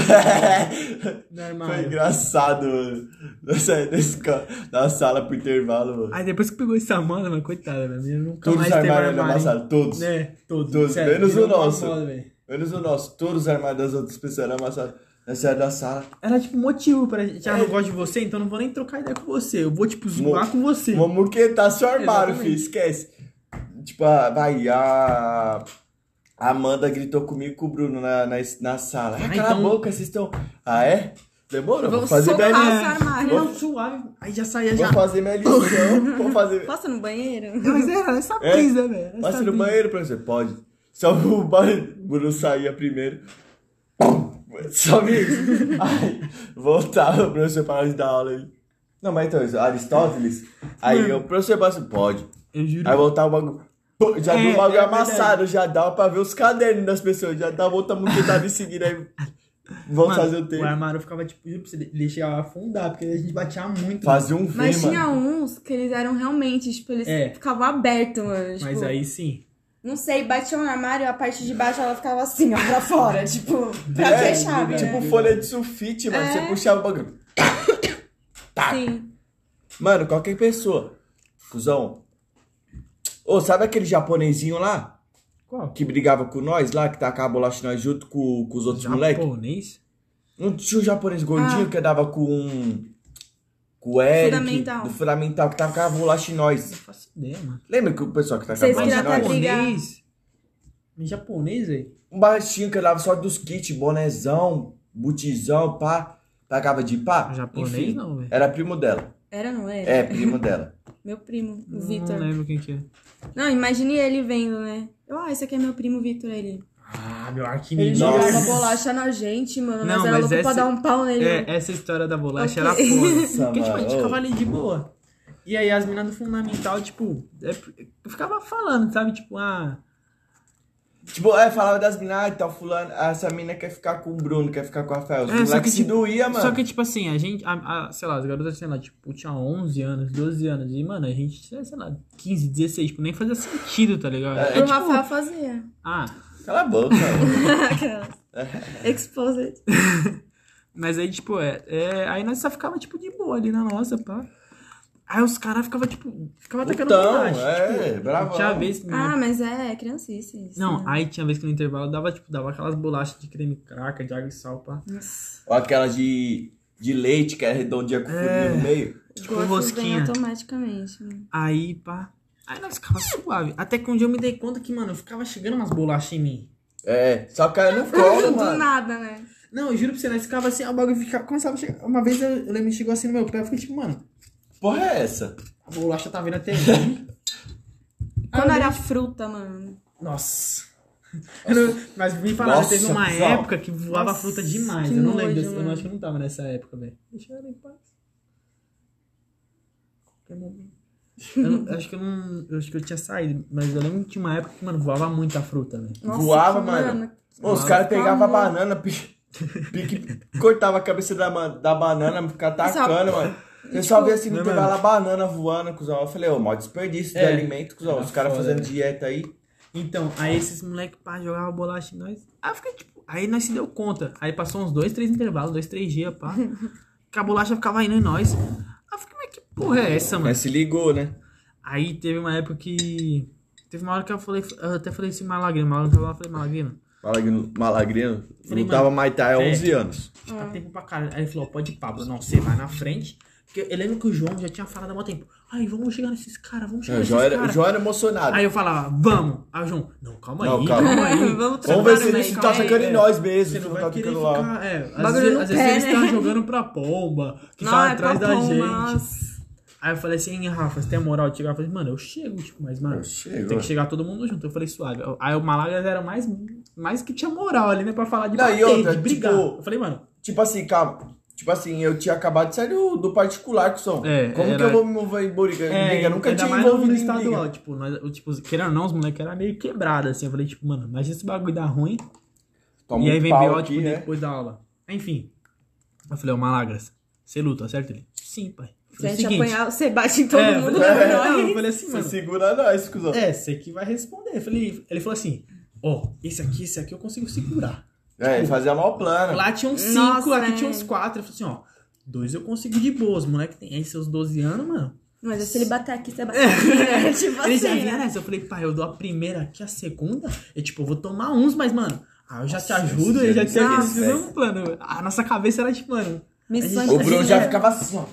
S3: Normal.
S1: Foi engraçado, mano. Nós saímos da, escola- da sala pro intervalo, mano.
S3: Aí depois que pegou essa moda, mas coitada, velho. a menina Nunca
S1: Todos
S3: mais teve
S1: armaram
S3: armário.
S1: na
S3: hein?
S1: sala, todos.
S3: É, todos.
S1: Todos,
S3: sério,
S1: menos
S3: virou
S1: o
S3: uma
S1: nosso.
S3: moda, velho.
S1: Menos o nosso, todos armados das outras pessoas eram amassados. Nós saímos da sala.
S3: Era tipo motivo pra gente. Ah, não gosto de você, então não vou nem trocar ideia com você. Eu vou, tipo, zoar
S1: É. Mo-
S3: com você.
S1: Uma murqueta seu armário,
S3: Exatamente.
S1: filho, esquece. Tipo, a, vai, a a Amanda gritou comigo e com o Bruno na, na, na sala. Ah,
S3: Ah,
S1: cala a
S3: então-
S1: boca, vocês estão. Ah, é? Demorou, vou
S4: Vamos
S1: fazer
S4: socar
S1: minha
S4: o
S1: lição.
S4: seu armário.
S3: Não, suave. Aí já saía já.
S1: Vou fazer minha lição, vou fazer.
S4: Passa no banheiro?
S3: Mas era essa
S1: É.
S3: brisa, velho. era
S1: Passa
S3: essa
S1: no
S3: brisa.
S1: banheiro, professor. Pode. Só o ba- o Bruno saía primeiro. Só isso. Aí, voltava o professor para nós dar aula. Ele, Não, mas então, isso, Aristóteles. Aí o professor passa, pode.
S3: Eu Hum. juro.
S1: Aí voltava o bagulho. Pô, Já
S3: É,
S1: viu o bagulho
S3: é
S1: amassado, já dá pra ver os cadernos das pessoas. Já dá volta muito tá me seguindo aí. Vamos
S3: Mano,
S1: fazer o
S3: O
S1: tempo.
S3: armário ficava, tipo, juro pra você, ele chegava a afundar, porque a gente batia muito.
S1: Fazer um V,
S4: Mas tinha
S1: mano.
S4: uns que eles eram realmente, tipo, eles
S3: É.
S4: ficavam abertos, mano. Tipo,
S3: né? Mas aí sim.
S4: Não sei, batiam no armário a parte de baixo ela ficava assim, ó, pra fora, tipo, pra
S1: É,
S4: fechar, né?
S1: Tipo folha de sulfite, mano. Você
S4: É.
S1: puxava o bagulho.
S3: Tá.
S4: Sim.
S1: Mano, qualquer pessoa. Cusão. Ô, sabe aquele japonesinho lá?
S3: Qual?
S1: Que brigava com nós lá, que tacava a bolacha em nós junto com, com os outros moleques?
S3: Japonês?
S1: Não tinha um japonês gordinho
S4: Ah.
S1: que andava com. um, Com o Eric.
S4: Fundamental.
S1: Do fundamental, que tacava a bolacha em
S3: Não
S1: nós.
S3: faço ideia, mano.
S1: Lembra que o pessoal que tacava a
S4: Vocês
S1: bolacha em
S4: queriam
S1: nós?
S4: até brigar.
S3: Japonês? Em japonês, velho?
S1: Um baixinho que andava só dos kits, bonézão, butizão, pá. Tacava de pá.
S3: Japonês
S1: Enfim,
S3: não, velho.
S1: Era primo dela.
S4: Era, não era?
S1: É, primo dela.
S4: Meu primo, o
S3: Não
S4: Vitor.
S3: lembro quem que é.
S4: Não, imagine ele vendo, né? Eu, ah, esse aqui é meu primo Vitor, ele.
S3: Ah, meu
S4: Ele
S3: arquinimigo.
S1: Nossa.
S4: jogava bolacha na gente, mano.
S3: Não,
S4: nós era
S3: mas
S4: louco pra
S3: essa-
S4: dar um pau nele.
S3: É, essa história da bolacha
S4: Ok.
S3: era foda.
S1: Nossa,
S3: Porque, tipo, a gente
S1: mano,
S3: ficava ali de boa. E aí as meninas do fundamental, tipo, é, eu ficava falando, sabe? Tipo, ah.
S1: Tipo, é, falava das minas, ah, tal, fulano, ah, essa mina quer ficar com o Bruno, quer ficar com o Rafael. Os
S3: É, só
S1: moleques
S3: que,
S1: se
S3: tipo,
S1: doía, mano.
S3: Só que, tipo assim, a gente, a, a- sei lá, as garotas, sei lá, tipo, tinha 11 anos, 12 anos. E, mano, a gente, tinha, sei lá, 15, 16, tipo, nem fazia sentido, tá ligado?
S1: É,
S3: É,
S4: Pro
S3: tipo,
S4: Rafael fazia.
S3: ah,
S1: Cala a boca, mano.
S4: Aquelas. Exposed.
S3: mas aí, tipo, é, é, aí nós só ficava, tipo, de boa ali na nossa, pá. Aí os caras ficavam, tipo, ficava atacando
S1: Putão,
S3: bolacha.
S1: é,
S3: tipo,
S1: bravão.
S3: Tinha vez,
S4: Ah, mas é, é criancice isso.
S3: Não,
S4: né?
S3: aí tinha vez que no intervalo dava, tipo, dava aquelas bolachas de creme craca, de água e sal, pá.
S4: Nossa.
S1: Ou aquela de, de leite, que é redondinha com
S3: É.
S1: furinho no meio.
S3: Tipo,
S4: Gostos vem
S3: rosquinha.
S4: automaticamente. né?
S3: Aí, pá. Aí nós ficava suave. Até que um dia eu me dei conta que, mano, eu ficava chegando umas bolachas em mim.
S1: É, só que caiu no colo,
S4: Do
S1: mano.
S4: nada, né?
S3: Não, eu juro pra você, nós ficava assim, ah, o bagulho ficava, começava a chegar. Uma vez eu, eu lembro, chegou assim no meu pé, eu fiquei tipo, mano,
S1: Porra é essa?
S3: a bolacha tá vindo até mim.
S5: Ah,
S4: Quando era fruta, mano.
S3: Nossa. Eu não- mas me falaram,
S1: Nossa,
S3: teve uma
S1: pessoal.
S3: época que voava
S4: Nossa,
S3: fruta demais.
S4: que
S3: Eu não
S4: nojo,
S3: lembro, desse- eu
S4: mano.
S3: não acho que eu não tava nessa época, velho. Deixa ela em paz. Qualquer momento. Eu não- acho que eu não. Eu acho que eu tinha saído, mas eu lembro que tinha uma época que, mano, voava muita fruta, velho.
S4: Nossa,
S1: Voava,
S4: que,
S1: mano. Ô, os
S3: Mano, tá
S1: caras pegavam a
S4: calma.
S1: banana, pique, cortava a cabeça da, ma- da banana, ficava
S4: Pessoal,
S1: atacando, mano. Eu só vi assim no
S3: né,
S1: intervalo a banana voando, cuzão. Eu falei, ô, mó desperdício
S3: É.
S1: de alimento, cuzão.
S3: Era
S1: Os caras
S3: foda,
S1: fazendo
S3: né?
S1: dieta aí.
S3: Então, aí esses moleque, pá, jogavam bolacha em nós. Aí eu fiquei, tipo, aí nós se deu conta. Aí passou uns dois, três intervalos, dois, três dias, pá. Que a bolacha ficava indo em nós. Aí eu fiquei, mas que porra é essa, mano?
S1: Mas se ligou, né?
S3: Aí teve uma época que. Teve uma hora que eu falei, eu até falei assim, Malagrina, Malagrina, tava lá, eu falei, Malagrina,
S1: Malagrinho, Malagrino
S3: Falei,
S1: lutava Muay Thai há
S3: é.
S1: 11 anos.
S3: tá tempo pra caralho. Aí ele falou, pode ir, Pablo, não, você vai na frente. Porque eu lembro que o João já tinha falado há muito tempo. Aí, vamos chegar nesses caras, vamos chegar
S1: Eu
S3: nesses
S1: já era,
S3: caras.
S1: já era emocionado.
S3: Aí eu falava, vamos. Aí o João, não, calma
S1: Não,
S3: aí,
S1: calma.
S3: calma aí.
S4: Vamos
S1: Vamos ver
S4: trabalhar,
S1: se ele
S4: né?
S1: se tá
S4: Calma aí.
S1: atacando em nós mesmo. se
S3: Você não
S1: não
S3: vai
S1: tá
S3: querer
S1: atacando lá.
S3: ficar. É, às
S4: Bagulho
S3: vezes,
S4: no
S3: às vezes
S4: pé,
S3: eles
S4: né?
S3: estavam jogando pra pomba, que
S4: Não,
S3: tava
S4: é
S3: atrás
S4: pra
S3: da
S4: pôr,
S3: gente.
S4: mas-
S3: Aí eu falei assim, Rafa, você tem a moral de chegar? Eu falei, mano, eu chego, tipo, mas, mano,
S1: Eu chego. é.
S3: tem que chegar todo mundo junto. Eu falei, suave. Aí o Malagas era mais, mais que tinha moral ali, né? Pra falar de
S1: Não, e
S3: bater,
S1: outra,
S3: de brigar.
S1: tipo-
S3: Eu falei, mano,
S1: Tipo assim, calma. Tipo assim, eu tinha acabado de sair do, do particular, Cusão.
S3: É,
S1: Como que
S3: era- É,
S1: eu vou me mover em briga? Em briga? Eu nunca
S3: ainda
S1: tinha
S3: mais no-
S1: envolvido
S3: no
S1: em briga.
S3: estadual. Tipo, nós, eu, tipo, querendo ou não, os moleques eram meio quebrados, assim. Eu falei, tipo, mano, imagina esse bagulho dá ruim.
S1: Toma
S3: e aí
S1: um
S3: vem
S1: pau
S3: B.O.
S1: aqui,
S3: tipo,
S1: né?
S3: depois da aula. Enfim. Eu falei, ô Malagras, você luta, certo? Ele, sim, pai. pro
S5: Se a gente
S3: seguinte.
S5: apanhar, você bate em todo
S3: é,
S5: mundo.
S3: eu
S5: né?
S3: falei, não, eu falei assim,
S1: Você
S3: mano.
S1: segura nós, cuzão.
S3: É, você que vai responder. Eu falei, ele falou assim: Ó, esse aqui, esse aqui eu consigo segurar.
S1: É, fazia mal plana.
S3: tipo, Lá tinha uns
S5: Nossa,
S3: 5, aqui
S5: é.
S3: tinha uns 4. Eu falei assim: Ó, dois eu consigo de boas. O moleque tem aí seus 12 anos, mano.
S5: Mas se ele bater aqui, você bate aqui. né? Tipo
S3: ele já
S5: assim,
S3: vinha
S5: né?
S3: nessa. Eu falei, pai, eu dou a primeira aqui, a segunda. E tipo, eu vou tomar uns, mas, mano. Ah, eu já te
S1: Nossa,
S3: ajudo,
S1: esse
S3: ele já
S1: dia
S3: te
S1: de
S3: ajuda.
S1: festa.
S3: Fizemos um plano. A nossa cabeça era tipo, mano.
S5: Missões
S1: O Bruno já
S5: brasileiras.
S1: ficava assim, ó.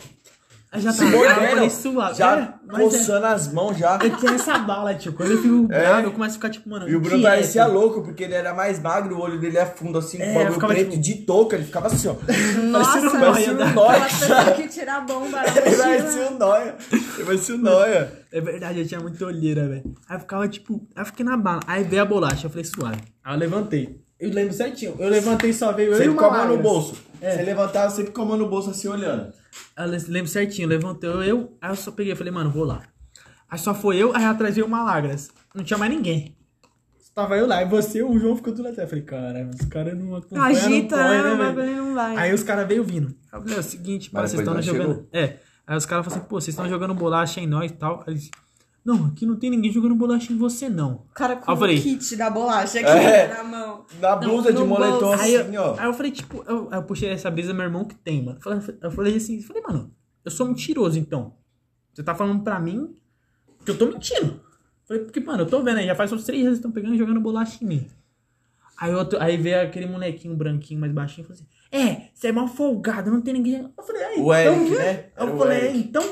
S3: Aí já
S1: Se
S3: é tá
S1: mordendo,
S3: falei, suave.
S1: Já
S3: é, mas é.
S1: coçando as mãos já.
S3: Eu tenho essa bala, tio. Quando eu fico
S1: É.
S3: bravo, eu começo a ficar tipo, mano.
S1: E o Bruno
S3: dieta.
S1: parecia louco, porque ele era mais magro, o olho dele é fundo, assim,
S3: É,
S1: com bagulho
S3: ficava
S1: preto
S3: tipo-
S1: de touca, ele ficava assim, ó.
S5: Nossa,
S1: parecia um
S3: Nossa,
S1: parecia um nóia.
S4: Ela tem que tirar a bomba na
S1: Ele parecia
S4: mochila.
S1: um nóia. Ele parecia um nóia.
S3: É verdade, eu tinha muita olheira, velho. Aí eu ficava tipo, aí eu fiquei na bala. Aí veio a bolacha, eu falei suave. Aí eu levantei. Eu lembro certinho. Eu levantei só veio eu e
S1: Sempre
S3: uma
S1: com a mão no
S3: lágrima.
S1: bolso.
S3: É.
S1: Você levantava sempre com a mão no bolso, assim, olhando.
S3: Aí eu lembro certinho, levantou eu, aí eu só peguei, eu falei, mano, vou lá. Aí só foi eu, aí atrás veio uma lagras. Não tinha mais ninguém. Só Tava eu lá, e você, o João ficou tudo até. Eu falei, caralho, os caras não acompanham,
S5: Agita,
S3: não põe,
S5: né? O
S3: né, velho?
S5: bagulho não vai.
S3: Aí os caras veio vindo. Aí eu falei, é o seguinte, pá,
S1: Mas
S3: vocês estão
S1: depois nós
S3: jogando. É. Aí os caras falaram assim, pô, vocês estão jogando bolacha em nós e tal. Aí eles, não, aqui não tem ninguém jogando bolacha em você, não.
S4: O cara com
S3: Aí eu falei-
S4: o kit da bolacha aqui
S1: É.
S4: na mão.
S1: Na blusa
S5: no
S1: de moletom,
S5: bolso.
S1: assim,
S3: Aí eu,
S1: ó.
S3: aí eu falei, tipo, eu, aí eu puxei essa brisa, meu irmão que tem, mano. Eu falei, eu falei assim, eu falei, mano, eu sou mentiroso, então. Você tá falando pra mim que eu tô mentindo. Eu falei, porque, mano, eu tô vendo aí, já faz uns três dias que estão pegando e jogando bolacha em mim. Aí, outro, aí veio aquele molequinho branquinho mais baixinho e falou assim: É, você é mal folgado, não tem ninguém. Eu falei, aí,
S1: O Eric,
S3: então,
S1: né?
S3: Aí
S1: Era
S3: eu
S1: o
S3: falei,
S1: Eric.
S3: "É, então.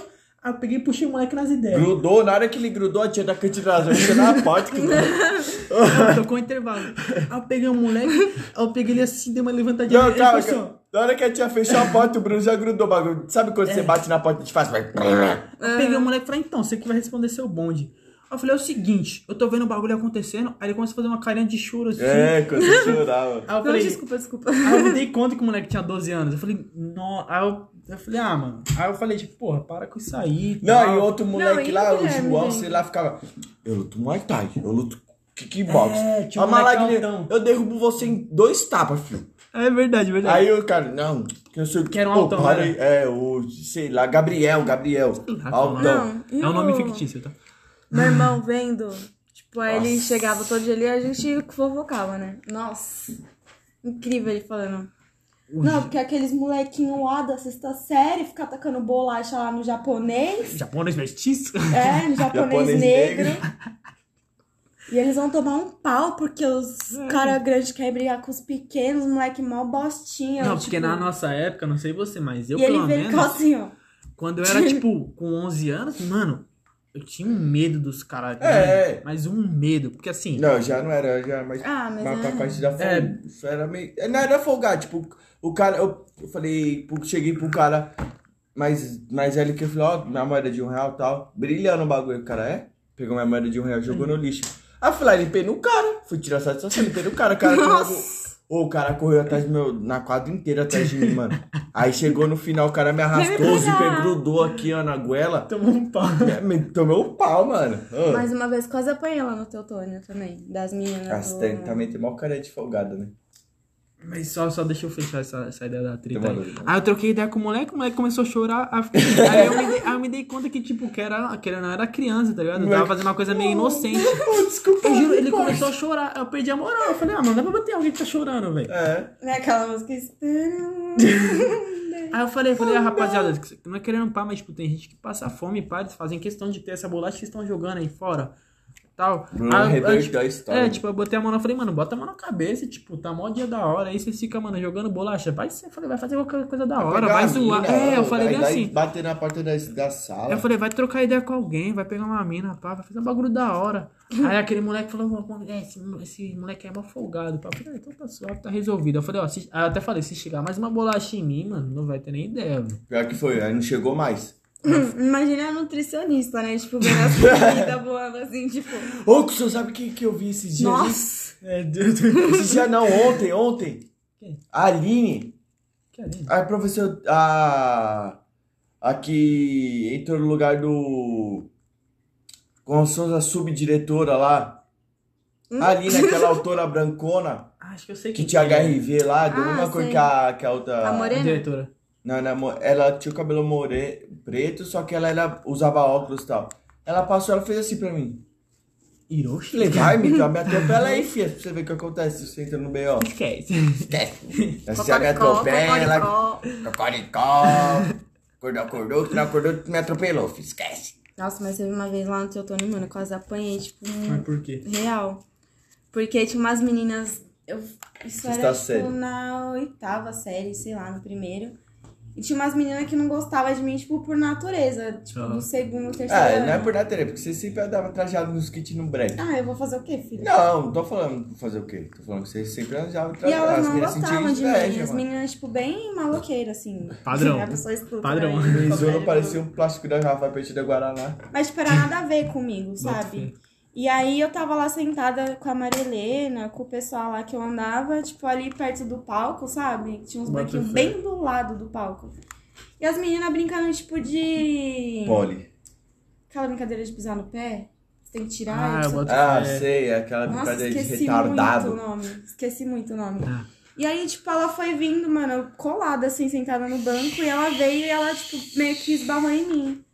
S3: Aí eu peguei e puxei o moleque nas ideias.
S1: Grudou, na hora que ele grudou, a tia da cantina da tia na porta. Que...
S3: Aí Tocou o intervalo. Aí eu peguei o moleque, aí eu peguei ele assim, dei uma levantadinha.
S1: Não,
S3: ele
S1: calma,
S3: ficou assim, ó.
S1: calma. Na hora que a tia fechou a porta, o Bruno já grudou o bagulho. Sabe quando
S3: É.
S1: você bate na porta e te faz? Vai...
S3: Eu peguei o moleque e falei, então, você que vai responder seu bonde. Aí eu falei, é o seguinte, eu tô vendo o bagulho acontecendo, aí ele começa a fazer uma carinha de choro assim.
S1: É, quando você chorava.
S3: Aí eu
S5: Não,
S3: falei,
S5: desculpa, desculpa.
S3: aí eu me dei conta que o moleque tinha 12 anos. Eu falei, não. Aí eu, eu falei, ah, mano. Aí eu falei, tipo, porra, para com isso aí.
S1: Não,
S3: tal.
S1: e outro moleque
S4: e o
S1: lá, o
S4: Guilherme,
S1: João,
S4: gente?
S1: sei lá, ficava. Eu luto Muay Thai, eu luto kickbox.
S3: É, tinha um
S1: a Malaguinha,
S3: moleque altão.
S1: eu derrubo você em dois tapas, filho.
S3: É verdade, verdade.
S1: Aí o cara, não, que eu sei o
S3: Que era um
S1: Pô,
S3: altão,
S1: para
S3: né?
S1: aí. É, o, sei lá, Gabriel, Gabriel.
S3: lá,
S1: Altão.
S5: Não, e
S3: é um nome
S5: o-
S3: fictício, tá?
S5: Meu irmão vendo. Tipo, aí ele
S1: Nossa.
S5: chegava todo dia ali e a gente fofocava, né? Nossa. Incrível ele falando.
S4: Não, porque aqueles molequinhos lá da sexta série ficar tacando bolacha lá no japonês.
S3: Japonês mestiço.
S4: É, no japonês,
S1: Japonês
S4: negro.
S1: negro.
S4: E eles vão tomar um pau porque os
S3: Hum.
S4: caras grandes querem brigar com os pequenos, moleque mó bostinha.
S3: Não,
S4: tipo,
S3: porque na nossa época, não sei você, mas eu
S4: E ele
S3: pelo
S4: vem
S3: menos...
S4: com assim, ó.
S3: Quando eu era, tipo, com 11 anos, mano, eu tinha um medo dos caras.
S1: É.
S3: Mas um medo, porque assim...
S1: Não, já não era, já era mais.
S4: Ah, mas
S1: Mas
S4: é.
S1: pra parte da folga,
S3: É.
S1: isso era meio. é, Não era folgar, tipo, o cara. Eu, eu falei, pro- cheguei pro cara mais, mais velho que eu falei, ó, minha moeda de um real e tal. Brilhando o bagulho, o cara é? Pegou minha moeda de um real, jogou
S4: Hum.
S1: no lixo. Aí eu fui lá, limpei no cara. Fui tirar satisfação, limpei no cara. O cara correu, Ô, o cara correu atrás do meu. Na quadra inteira atrás de mim, mano. Aí chegou no final, o cara me arrastou, super grudou aqui, ó, na goela.
S3: Tomou um pau.
S1: Me- me- Tomou um pau, mano. Ô,
S4: Mais uma vez quase apanhei lá no Teutônio também. Das meninas.
S1: Mas
S4: do-
S1: tem- também tem maior cara de folgada, né?
S3: Mas só, só deixa eu fechar essa, essa ideia da treta
S1: Demorou,
S3: aí.
S1: demorou.
S3: Aí eu troquei ideia com o moleque, o moleque começou a chorar. Aí eu, fiquei- aí eu me, dei, aí eu me dei conta que, tipo, que era, que ele não era criança, tá ligado? Eu tava
S1: Moleque.
S3: fazendo uma coisa meio inocente.
S1: Ô, desculpa.
S3: Eu juro, ele
S1: pai.
S3: começou a chorar. Eu perdi a moral. Eu falei, ah, mano, dá pra bater alguém que tá chorando, velho.
S1: É.
S4: Né, aquela música.
S3: Aí eu falei, eu falei, ah, rapaziada, não é querendo pá, mas tipo, tem gente que passa fome, pá, eles fazem questão de ter essa bolacha que estão jogando aí fora. Tal.
S1: Bruno
S3: Aí eu- eu,
S1: reverteu
S3: tipo,
S1: a história.
S3: É, tipo, eu botei a mão na falei, mano, bota a mão na cabeça, tipo, tá mó dia da hora, aí você fica, mano, jogando bolacha. Vai, você falei, vai fazer qualquer coisa da hora, vai zoar. É, eu falei bem assim.
S1: Bater na porta da, da
S3: Aí
S1: sala.
S3: Eu falei, vai trocar ideia com alguém, vai pegar uma mina, pá, vai fazer um bagulho da hora. Aí aquele moleque falou, "Mano, é, esse, esse moleque é mó folgado, pá. Eu falei, ah, então tá suave, tá resolvido. Eu falei, ó, se- aí eu até falei, se chegar mais uma bolacha em mim, mano, não vai ter nem ideia, mano.
S1: Pior que foi, aí não chegou mais.
S4: Hum, Imagina a nutricionista, né? Tipo, vendo as comidas voando assim, tipo.
S1: Ô, que o senhor sabe o que, que eu vi esses dias?
S4: Nossa!
S3: É, Deus do
S1: Esse dia não, ontem, ontem.
S3: Quem?
S1: A Aline,
S3: é
S1: a professora. A. A que entrou no lugar do. Com a subdiretora lá. A Aline, aquela autora brancona
S3: Ah, Acho Hum? que eu sei
S1: que
S3: quem
S1: tinha
S3: é.
S1: HRV lá, deu
S4: Ah,
S1: uma cor
S4: sei.
S1: que a, que a outra.
S4: A morena?
S3: Diretora.
S1: Não, não, mo- ela tinha o cabelo moreno. preto, só que ela era, usava óculos e tal. Ela passou, ela fez assim pra mim.
S3: Hiroshi?
S1: Falei, vai, me dá, me atropela aí, filha, pra você ver o que acontece se você entra no B.O.
S3: Esquece.
S1: Se me atropela, cocoricó, acordou, acordou, que não acordou, me atropelou, filho, esquece.
S5: Nossa, mas teve uma vez lá no Teotônio, mano, eu quase apanhei, tipo, um
S2: Mas por quê?
S5: real. Porque tinha umas meninas. Eu, isso
S1: Sexta
S5: era
S1: série.
S5: tipo, na oitava série, sei lá, no primeiro. E tinha umas meninas que não gostavam de mim, tipo, por natureza. Tipo,
S3: Aham.
S5: no segundo, terceiro.
S1: Ah, não é
S5: ano.
S1: por nada, porque você sempre andava trajado nos kits no break.
S5: Ah, eu vou fazer o quê, filho?
S1: Não, não tô falando fazer o quê? Tô falando que você sempre andava
S5: E
S1: trajado.
S5: elas
S1: as
S5: não
S1: meninas sentiam
S5: gostavam de mim.
S1: inveja,
S5: As
S1: mano.
S5: meninas, tipo, bem maloqueiras, assim.
S3: Padrão.
S5: A pessoa escuta,
S3: Padrão.
S5: né?
S1: O
S5: Qualquer-
S1: Mizuno parecia um plástico da garrafa preta da Guaraná.
S5: Mas, tipo, era nada a ver comigo, sabe? E aí eu tava lá sentada com a Marilena, com o pessoal lá que eu andava, tipo, ali perto do palco, sabe? Tinha uns
S2: Bota
S5: banquinhos
S2: fé.
S5: bem do lado do palco. E as meninas brincando, tipo, de.
S1: Pole.
S5: Aquela brincadeira de pisar no pé. Você tem que tirar
S3: Ah,
S5: e
S3: eu
S5: você-
S3: boto
S1: Ah,
S3: fé.
S1: sei, aquela
S5: É. Nossa,
S1: brincadeira de
S5: esqueci
S1: retardado.
S5: muito né? o nome. Esqueci muito o nome.
S3: Ah.
S5: E aí, tipo, ela foi vindo, mano, colada, assim, sentada no banco. E ela veio e ela, tipo, meio que esbarrou em mim.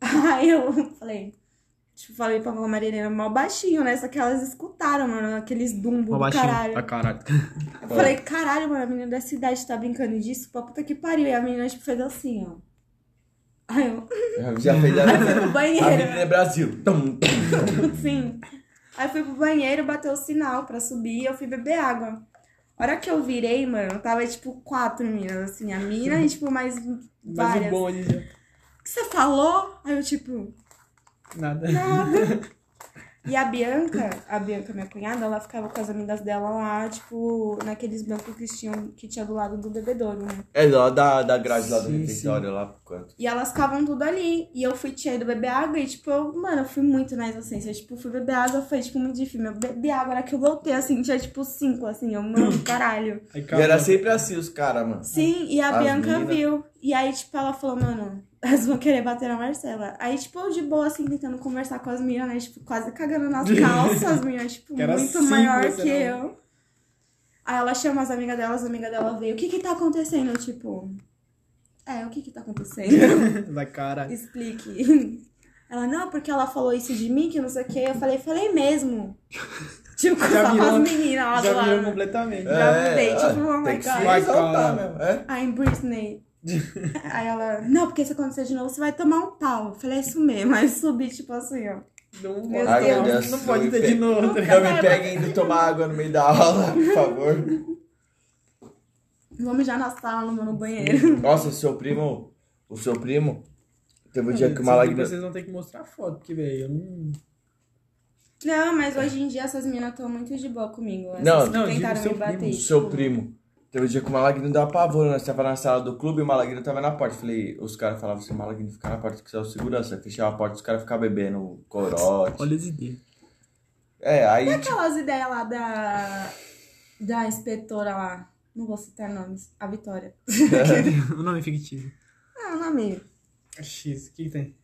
S5: Aí eu falei... Tipo, falei pra Marilena mal baixinho, né? Só que elas escutaram, mano, aqueles dumbos
S3: Ó,
S5: do
S3: baixinho.
S5: caralho.
S1: Tá
S3: Pra Ah, caralho.
S5: Eu falei, caralho, mano, a menina da cidade tá brincando disso? Pra puta que pariu. E a menina, tipo, fez assim, ó. Aí eu...
S1: Eu Já fez a vida.
S5: No
S1: A
S5: banheiro.
S1: vida é Brasil. Tum, tum.
S5: Sim. Aí eu fui pro banheiro, bateu o sinal pra subir, eu fui beber água. A hora que eu virei, mano, tava tipo quatro meninas, assim, a mina e tipo mais
S2: Mas
S3: um
S2: o
S5: várias.
S2: bom ali já.
S5: O que você falou? Aí eu tipo,
S2: Nada.
S5: nada. E a Bianca, a Bianca, minha cunhada, ela ficava com as amigas dela lá, tipo, naqueles bancos que tinham, que tinha do lado do bebedouro, né?
S1: É lá da, da grade lá do
S2: Sim,
S1: refeitório, lá pro canto.
S5: E elas ficavam tudo ali. E eu fui tia do beber água e, tipo, eu, mano, eu fui muito na inocência. Eu, tipo, fui beber água, foi, tipo, muito difícil. Eu bebi água, na hora que eu voltei, assim, tinha, tipo, cinco, assim, eu, mano, caralho.
S2: Aí
S1: E era sempre assim os caras, mano.
S5: Sim, e a
S1: As
S5: Bianca
S1: mina.
S5: viu. E aí, tipo, ela falou, mano, elas vão querer bater na Marcela. Aí, tipo, eu de boa, assim, tentando conversar com as meninas, né? Tipo, quase cagando nas calças, as meninas, tipo,
S2: Que era
S5: muito
S2: cinco, um.
S5: maior
S2: você
S5: que
S2: não-
S5: eu. Aí ela chama as amigas dela, as amigas dela veio. O que que tá acontecendo? Eu, Tipo, é, o que que tá acontecendo?
S1: assim?
S2: Da caralho.
S5: explique. Ela, não, porque ela falou isso de mim, que não sei o que. Eu falei, falei mesmo. tipo,
S2: Já
S5: só com
S2: virou- um
S5: as meninas lá do
S2: Já virou um
S5: lado. né?
S2: completamente.
S5: Já mudei, tipo, oh
S1: É, tem
S5: my
S1: que
S5: God.
S1: se
S2: Vai,
S1: exaltar
S2: cara.
S1: mesmo. É?
S5: I'm Britney. Aí ela, não, porque se acontecer de novo, você vai tomar um pau. Eu falei, é isso mesmo. Aí subi, tipo assim, ó.
S2: Não,
S5: Meu
S2: não-
S5: Deus.
S2: um não
S1: eu
S2: pode
S1: me
S2: ter de
S1: pe-
S2: novo. tá ligado?
S1: Não me peguem indo tomar água no meio da aula, por favor.
S5: Vamos já na sala, mano, no banheiro.
S1: Nossa, seu primo. O seu primo. Teve um dia que
S2: Vocês-
S1: uma lágrima.
S2: Vocês vão ter que mostrar foto, porque, velho, eu não.
S5: Não, mas hoje em dia essas meninas estão muito de boa comigo. Essas
S1: Não,
S5: que
S2: não, eu digo
S5: tentaram
S2: seu
S5: me bater.
S2: primo,
S1: O
S5: tipo,
S1: seu primo. Teve um dia que o Malaguinho dava pavor, nós né? tava na sala do clube e o Malaguinho tava na porta. Falei, os caras falavam assim, Malaguinho ficar na porta que você é o segurança. Aí Fechava a porta, os caras ficavam bebendo corote.
S3: Olha as ideias.
S1: É, aí.
S5: Aquelas ideias lá da. Da inspetora lá. Não vou citar nomes. A Vitória.
S3: o nome é fictivo.
S5: Ah, o nome.
S2: X, o que que tem?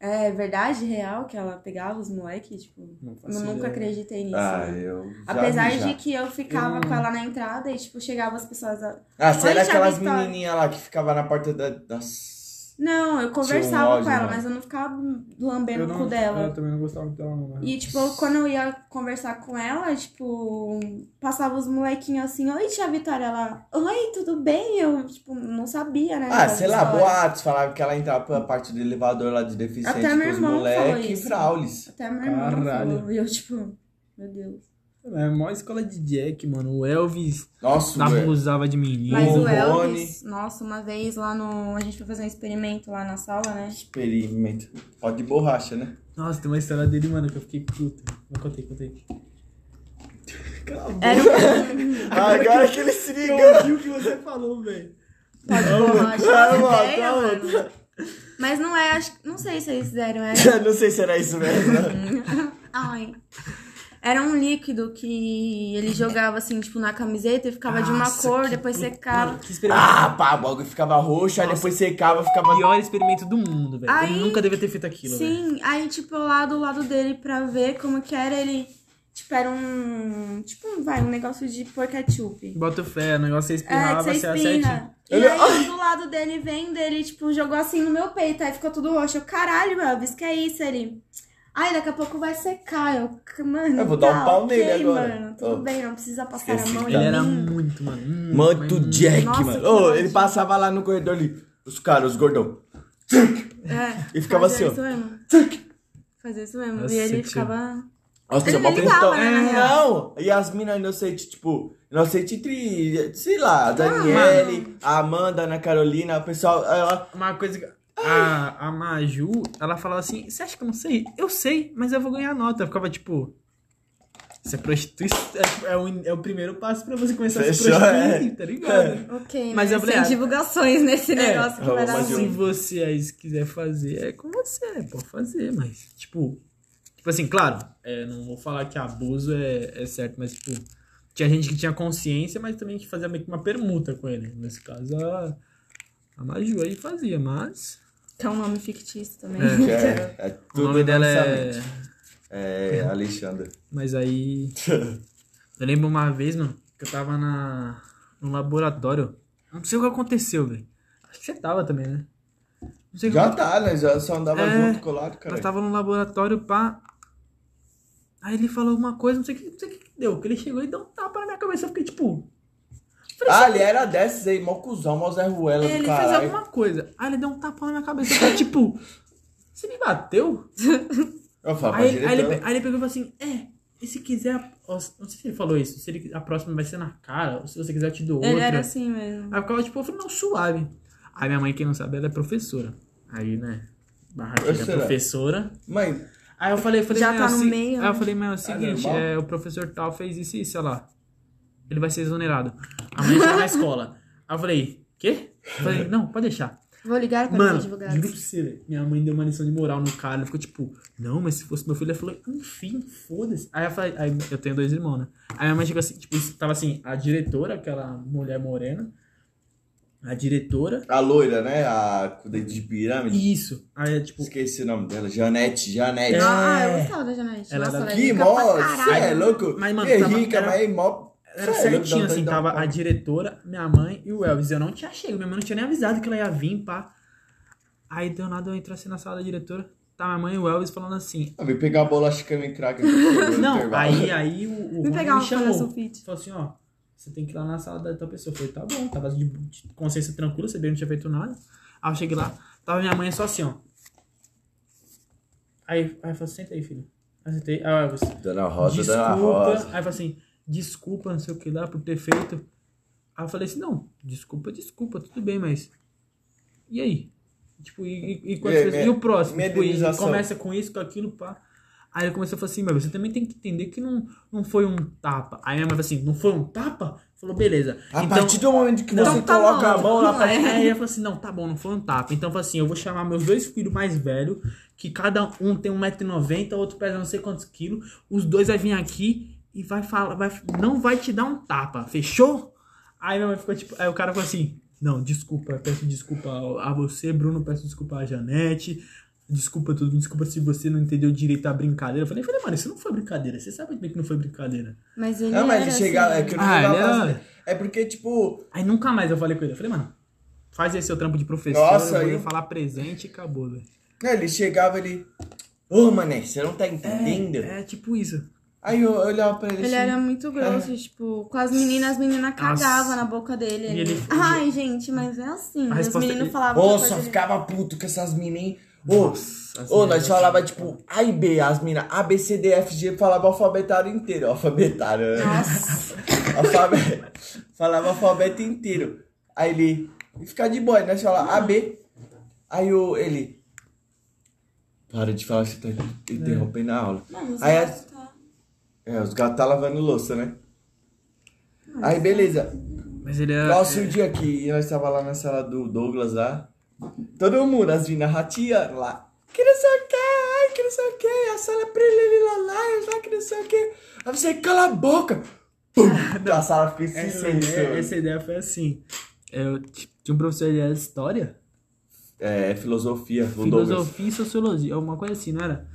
S5: É verdade, real, que ela pegava os moleques, tipo.
S2: Não
S5: Eu nunca acreditei nisso.
S1: Ah,
S5: né?
S1: eu. já
S5: Apesar
S1: vi já.
S5: de que eu ficava com ela na entrada e, tipo, chegava as pessoas. A...
S1: Ah, será
S5: Oi,
S1: aquelas
S5: Vitória.
S1: menininhas lá que ficavam na porta da. das-
S5: Não, eu conversava
S1: ódio,
S5: com ela,
S1: né?
S5: mas eu não ficava lambendo
S2: Eu
S5: o
S2: não-
S5: cu dela.
S2: Eu também não gostava muito dela, não. mas-
S5: E, tipo, quando eu ia conversar com ela, tipo, passava os molequinhos assim, oi, tia Vitória, ela, oi, tudo bem? Eu, tipo, não sabia, né?
S1: Ah,
S5: dessas
S1: sei lá,
S5: histórias.
S1: boatos. Falavam que ela entrava pela parte do elevador lá de deficiente
S5: Até meu
S1: com os
S5: irmão falou
S1: moleques
S5: isso.
S1: e fraules.
S5: Até meu irmão
S2: Caralho.
S5: falou, e eu, tipo, meu Deus.
S3: É a maior escola de Jack, mano. O Elvis
S1: Nossa, velho.
S3: abusava de menino.
S5: Mas o
S1: Rony.
S5: Elvis, nossa, uma vez lá no. A gente foi fazer um experimento lá na sala, né?
S1: Tipo, Experimento. Ó, de borracha, né?
S3: Nossa, tem uma história dele, mano, que eu fiquei puta. Mas contei, contei. Cala a boca.
S5: Era um
S1: Agora que ele se
S2: Eu ouvi o que você falou, velho.
S5: pó de borracha.
S1: Calma,
S5: Nossa, ideia,
S1: calma.
S5: mano. Mas não é, acho não sei se eles fizeram, é.
S1: Não sei se era isso mesmo. né?
S5: Ai. Era um líquido que ele jogava assim, tipo, na camiseta e ficava de uma
S3: Nossa,
S5: cor,
S3: que
S5: depois
S3: puta-
S5: secava.
S3: Mano, que experimento.
S1: ah, pá, o bagulho ficava roxo, aí depois secava, ficava.
S3: Pior experimento do mundo, velho.
S5: Aí-
S3: Ele nunca devia ter feito aquilo, velho.
S5: Sim, aí, tipo, lá do lado dele pra ver como que era, ele. Tipo, era um. Tipo, um, vai, um negócio de pôr ketchup.
S3: Bota fé, o negócio é
S5: É,
S3: espirrar,
S5: que você
S3: vai ser a sete.
S5: espirra. E
S1: assim, Ele-
S5: aí, do lado dele vendo, ele, tipo, jogou assim no meu peito. Aí ficou tudo roxo. Eu, caralho, Elvis, que é isso ele? Ai, daqui a pouco vai secar. Eu, mano.
S1: Eu vou dar um
S5: tá,
S1: pau
S5: ok,
S1: nele agora.
S5: mano. Tudo
S1: Oh.
S5: bem, não precisa passar
S1: Esqueci um
S5: a mão.
S1: que
S5: em
S3: Ele era
S5: mim.
S3: muito, mano. muito, mas
S1: Muito
S3: muito.
S1: Jack,
S5: Nossa,
S1: mano.
S5: que
S1: Ô,
S5: ódio.
S1: ele passava lá no corredor ali, os caras, os gordão.
S5: É,
S1: E ficava
S5: fazia
S1: assim, ó.
S5: isso mesmo. Fazia isso mesmo.
S3: Nossa,
S5: e ele
S3: que
S5: ficava.
S1: Nossa,
S5: Ele
S1: mó
S5: nem ligava,
S1: pintão.
S5: né, na
S1: Não, e as minas inocentes, tipo, inocente entre, sei
S3: Ah,
S1: lá, a Daniele, a Amanda, a Ana Carolina, o pessoal, é, ela,
S3: Uma coisa que. A, a Maju, ela falava assim: Você acha que eu não sei? Eu sei, mas eu vou ganhar nota. Eu ficava tipo. Isso é prostituição. É, é, o, é o primeiro passo pra você começar a
S1: Fechou,
S3: se prostituir,
S1: é.
S3: tá ligado?
S4: Ok,
S5: né?
S3: Mas
S4: mas,
S3: eu falei,
S4: sem
S3: ah,
S4: divulgações nesse negócio que
S1: eu
S4: vai
S1: vou
S4: dar
S1: mais de
S4: ruim.
S3: Se você aí se quiser fazer, é com você, pode fazer, mas, tipo. Tipo assim, claro, é, não vou falar que abuso é, é certo, mas, tipo, tinha gente que tinha consciência, mas também que fazia meio que uma permuta com ele. Nesse caso, a, a Maju aí fazia, mas.
S4: Que é um nome fictício também.
S1: que é, é
S3: o
S1: tudo
S3: nome dela é.
S1: inocente. É, Alexandra.
S3: Mas aí. Eu lembro uma vez, mano, que eu tava na, no laboratório. Não sei o que aconteceu, velho. Acho que você tava também, né? Não sei o que
S1: Já tá, né? Já só andava
S3: É,
S1: junto, colado, cara.
S3: Nós tava no laboratório, pá. Aí ele falou alguma coisa, não sei o que, não sei o que que deu. Que ele chegou e deu um tapa na minha cabeça. Eu fiquei tipo,
S1: Ah, ele era dessas aí, mó cuzão, mó Zé Ruela
S3: ele
S1: do
S3: fez
S1: caralho.
S3: alguma coisa. Aí ele deu um tapa na minha cabeça. Eu fiquei tipo, você me bateu?
S1: Eu falava,
S3: Aí,
S1: "Mas
S3: aí ele,
S1: diretor,
S3: pe- aí ele pegou e falou assim: É, e se quiser. a- ó, Não sei se ele falou isso. Se ele- a próxima vai ser na cara, ou se você quiser, eu te dou outra.
S5: Ele era assim mesmo.
S3: Aí eu ficava tipo, eu falei, não, suave. Aí minha mãe, quem não sabe, ela é professora. Aí, né? Barraqueira
S1: Professora.
S3: professora.
S1: Mãe,
S3: Aí eu falei, eu falei,
S5: Já
S3: "Meu,
S5: tá no
S3: se-
S5: meio,
S3: Aí eu falei, mas é o
S1: Ah,
S3: seguinte,
S1: normal.
S3: é, o professor tal fez isso e isso, olha lá. Ele vai ser exonerado. Amanhã chega na escola. Aí eu falei, quê? Eu falei, não, pode deixar.
S4: Vou ligar para
S3: Mano,
S4: os advogados.
S3: juro pra você, velho. Minha mãe deu uma lição de moral no cara. Ele ficou tipo, não, mas se fosse meu filho, ele falou, enfim, foda-se. Aí eu falei, aí eu tenho dois irmãos, né? Aí minha mãe chegou assim, tipo, tava assim, a diretora, aquela mulher morena, a diretora,
S1: a loira, né? A com o dedo de pirâmide.
S3: e isso. Aí, tipo,
S1: Esqueci o nome dela, Janete, Janete.
S3: É.
S4: Ah, eu gostava da Janete.
S3: Ela
S4: Nossa,
S3: era-
S4: ela é
S1: Que
S4: rica
S1: mó,
S4: pra
S1: cê
S4: caralho.
S1: é louco?
S3: Mas, mano,
S1: é
S3: tava-
S1: rica,
S3: era-
S1: mas é mó...
S3: Era
S1: cê é louco,
S3: certinho,
S1: dá vontade
S3: assim,
S1: de dar um
S3: tava a
S1: pau.
S3: diretora, minha mãe e o Elvis. Eu não tinha chego, minha mãe não tinha nem avisado que ela ia vir, pá. Aí do nada eu entro assim na sala da diretora, tá minha mãe e o Elvis falando assim.
S1: Ah, Vem pegar a bolacha cana e crack aqui. no
S3: Não,
S1: intervalo.
S3: aí, aí o, o Rony
S5: Vem pegar
S3: me
S5: uma folha
S3: chamou.
S5: sulfite.
S3: Falou assim, ó, você tem que ir lá na sala da tua pessoa. Eu falei, tá bom, tava de de consciência tranquila, sabia que não tinha feito nada. Aí eu cheguei lá, tava minha mãe só assim, ó. Aí, aí eu falei, senta aí, filho. Aí eu sentei, aí o Elvis,
S1: Dona Rosa, Dona
S3: desculpa. Aí
S1: Rosa.
S3: fala assim, desculpa, não sei o que lá, por ter feito. Aí eu falei assim, não, desculpa, desculpa, tudo bem, mas. E aí? Tipo, e, e, e
S1: E
S3: quantas
S1: aí,
S3: vezes-
S1: me-
S3: e o próximo? Tipo, e
S1: medenização.
S3: começa com isso, com aquilo, pá. Aí ele começou a falar assim, mas você também tem que entender que não, não foi um tapa. Aí minha mãe falou assim, não foi um tapa? Falou, beleza. então
S1: A partir do momento que
S3: Não,
S1: você
S5: tá
S1: coloca a
S5: bom,
S1: mão na
S5: não
S1: parte...
S5: é.
S3: Aí ela falou assim, não, tá bom, não foi um tapa. Então, eu falei assim, eu vou chamar meus dois filhos mais velhos, que cada um tem 1,90m, outro pesa não sei quantos quilos, os dois vai vir aqui e vai falar, vai, não vai te dar um tapa, fechou? Aí minha mãe ficou tipo, aí o cara falou assim, não, desculpa, eu peço desculpa a você, Bruno, peço desculpa a Janete, desculpa tudo, desculpa se você não entendeu direito a brincadeira. Eu falei, eu falei, mano, isso não foi brincadeira, você sabe bem que não foi brincadeira.
S4: Mas ele
S1: Não, mas
S4: era
S1: ele chegava...
S4: assim.
S1: É que eu não
S3: Ah, ele
S1: jogava
S3: era-
S1: assim. É porque, tipo...
S3: Aí nunca mais eu falei com ele, eu falei, mano, faz esse seu trampo de professor,
S1: Nossa,
S3: eu vou
S1: aí-
S3: falar presente e acabou, velho.
S1: né, Ele chegava, ele... Ô, mané, você não tá entendendo?
S3: É, tipo isso.
S1: Aí eu eu olhava pra ele
S5: Ele
S1: assim...
S5: era muito grosso, tipo, com as meninas, as meninas
S3: Nossa.
S5: cagavam na boca dele.
S3: E
S5: Ele...
S3: ele-
S5: Ai, gente, mas é assim.
S3: A
S5: Os
S3: resposta-
S5: meninos falavam.
S1: Ô,
S5: que
S1: só
S5: coisa-
S1: ficava puto com essas meninas, hein? Ô,
S3: as
S1: ô,
S3: meninas-
S1: nós falava, tipo, A e B, as minas. A, B, C, D, F, G, falava alfabetário inteiro. Alfabetário. né?
S5: Nossa.
S1: Alfabe- Falava alfabeto inteiro. Aí ele. E ficar de boa, né? Você fala A, B. Aí o, ele. Para de falar, você tá interrompendo a aula.
S5: Mano,
S1: Aí
S5: você
S1: as-
S5: tá-
S1: É, os gatos tá lavando louça, né? Aí beleza.
S3: Mas ele é- era.
S1: Nossa, o dia que nós tava lá na sala do Douglas lá. Todo mundo, as minas ratia lá. Que não sei o que, ai, que não sei o que, a sala prelililalá, lá, que não sei o que. Aí você, cala a boca. Pum, a sala fica em
S3: essa,
S1: silêncio.
S3: ideia, essa ideia foi assim. Eu t- tinha um professor de história,
S1: É, filosofia, o Douglas.
S3: filosofia e sociologia, alguma coisa assim, não era?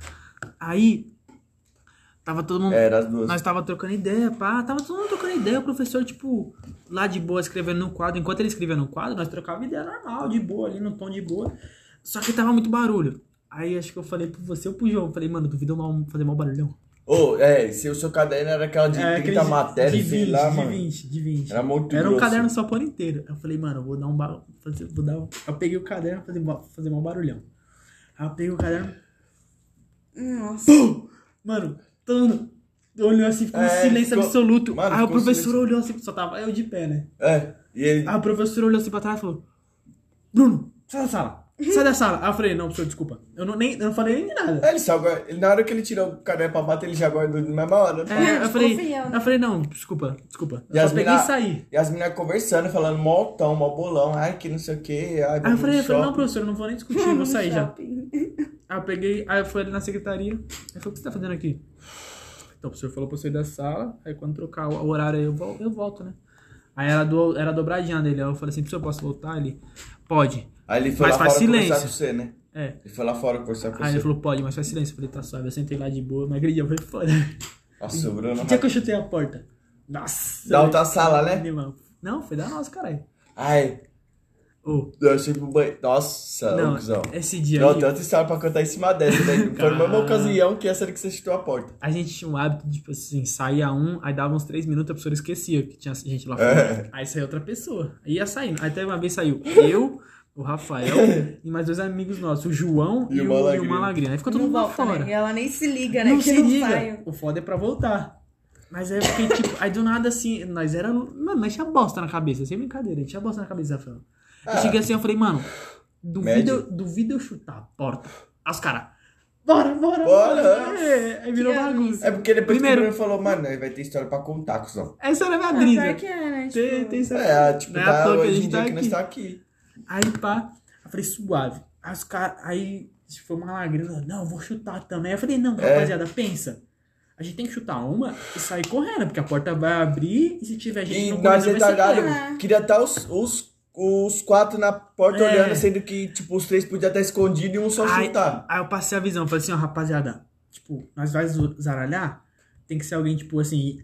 S3: Aí. Tava todo mundo.
S1: É, Era as duas.
S3: Nós tava trocando ideia, pá. Tava todo mundo trocando ideia. O professor, tipo, lá de boa, escrevendo no quadro. Enquanto ele escrevia no quadro, nós trocava ideia normal, de boa, ali no tom de boa. Só que tava muito barulho. Aí acho que eu falei pro você ou pro João. Falei, mano, duvido mal fazer mal barulhão.
S1: Ô, é, se o seu caderno era aquela de
S3: É, aquele
S1: 30
S3: de-
S1: matérias,
S3: de
S1: sei
S3: 20,
S1: lá,
S3: de
S1: mano.
S3: 20, de 20.
S1: Era muito
S3: Era um
S1: grosso.
S3: caderno só por inteiro. Eu falei, mano, eu vou dar um barulho. Vou dar... um- Eu peguei o caderno pra fazer, ba- fazer mal barulhão. Aí eu peguei o caderno.
S5: Nossa.
S3: Mano, todo mundo olhou assim, ficou
S1: É,
S3: um silêncio
S1: ficou-
S3: absoluto.
S1: Mano,
S3: Aí
S1: ficou
S3: o
S1: um
S3: professor
S1: silêncio.
S3: olhou assim, só tava eu de pé, né?
S1: É, e ele...
S3: Aí o professor olhou assim pra trás e falou: Bruno, sai da sala. Sai da sala. Aí eu falei, não, professor, desculpa. Eu não, nem, eu não falei nem nada.
S1: É, ele só guarda- ele- Na hora que ele tirou o caderno pra bater, ele já guardou na mesma hora.
S3: É,
S1: Pá.
S3: eu falei,
S4: desconfiando.
S3: eu falei, não, desculpa, desculpa. Eu
S1: E as
S3: só peguei
S1: mina-
S3: e saí.
S1: E as meninas conversando, falando mó tão, mó bolão. Ai, que não sei o que. Ai,
S3: Aí
S1: vamos
S3: eu falei,
S1: no
S3: eu falei, não,
S1: shopping.
S3: professor, eu não vou nem discutir, eu vou sair já.
S5: Shopping.
S3: Aí eu peguei, aí eu fui ali na secretaria. Aí eu falei, o que você tá fazendo aqui? Então o professor falou pra eu sair da sala, aí quando trocar o o horário aí eu, vol- eu volto, né? Aí era, do, era dobradinha dele, aí eu falei assim, professor, posso voltar? Ele, pode.
S1: Aí ele foi
S3: Mas
S1: lá
S3: faz
S1: fora conversar
S3: silêncio.
S1: com você, né?
S3: É.
S1: Ele foi lá fora conversar com
S3: Aí
S1: você.
S3: ele falou, pode, mas faz silêncio. Eu falei, tá suave, eu sentei lá de boa, mas agredi, eu falei, foda.
S1: Nossa, o Bruno...
S3: Que dia é que eu chutei a porta? Nossa.
S1: Da outra sala, né?
S3: Animal. Não, foi da nossa, caralho.
S1: Ai,
S3: Ô,
S1: eu achei pro banheiro. Nossa,
S3: não,
S1: cuzão.
S3: esse dia
S1: Não,
S3: aí,
S1: tem outra história pra contar em cima dessa, né? Foi na mesma
S3: Caralho.
S1: ocasião que essa que você chutou a porta.
S3: a gente tinha um hábito, de, tipo assim, saía um, aí dava uns três minutos, a pessoa esquecia que tinha gente lá fora.
S1: É.
S3: Aí saiu outra pessoa. Aí ia saindo. Aí até uma vez saiu eu, o Rafael e mais dois amigos nossos, o João
S1: E
S3: e,
S1: o
S3: o, e
S1: Malagrino.
S3: o Malagrino. Aí ficou todo
S5: Não
S3: mundo lá
S5: volta,
S3: fora.
S5: né? E ela nem se liga, né?
S3: Não
S5: que
S3: se
S5: não
S3: liga.
S5: saio. é
S3: O foda é pra voltar. Mas aí eu fiquei, tipo, aí do nada assim, nós era. Mano, nós tinha bosta na cabeça, sem brincadeira, tinha bosta na cabeça, Rafael.
S1: Ah.
S3: Eu cheguei assim, eu falei, mano, duvido,
S1: Médio.
S3: eu- duvido eu chutar a porta. Aí os caras, bora, bora,
S1: Bora. né?
S3: bora. É, aí virou
S5: Que
S3: bagunça.
S1: É porque depois
S3: Primeiro-
S1: que o Bruno falou, mano, aí vai ter história pra contar, cuzão.
S3: Essa era a minha
S5: Ah, pior
S3: brisa.
S5: que é,
S3: Tem,
S5: né? Tipo,
S3: tem essa-
S1: É, tipo,
S3: Não é à
S1: tá,
S3: toa que a
S1: hoje
S3: gente
S1: em dia
S3: tá
S1: que nós
S3: aqui.
S1: tá aqui.
S3: Aí pá, eu falei, suave. Aí os caras, aí se foi uma lagrima, não, eu vou chutar também. Aí eu falei, não,
S1: É.
S3: rapaziada, pensa. A gente tem que chutar uma e sair correndo, porque a porta vai abrir e se tiver gente
S1: E
S3: no
S1: nós
S3: corredor vai ser
S1: detalharam,
S3: pego.
S1: queria estar os, os, os quatro na porta
S3: É.
S1: olhando, sendo que, tipo, os três podiam estar escondidos e um só
S3: Ai.
S1: chutar.
S3: Aí eu passei a visão, falei assim, ó, rapaziada, tipo, nós vai zo- zaralhar, tem que ser alguém, tipo, assim,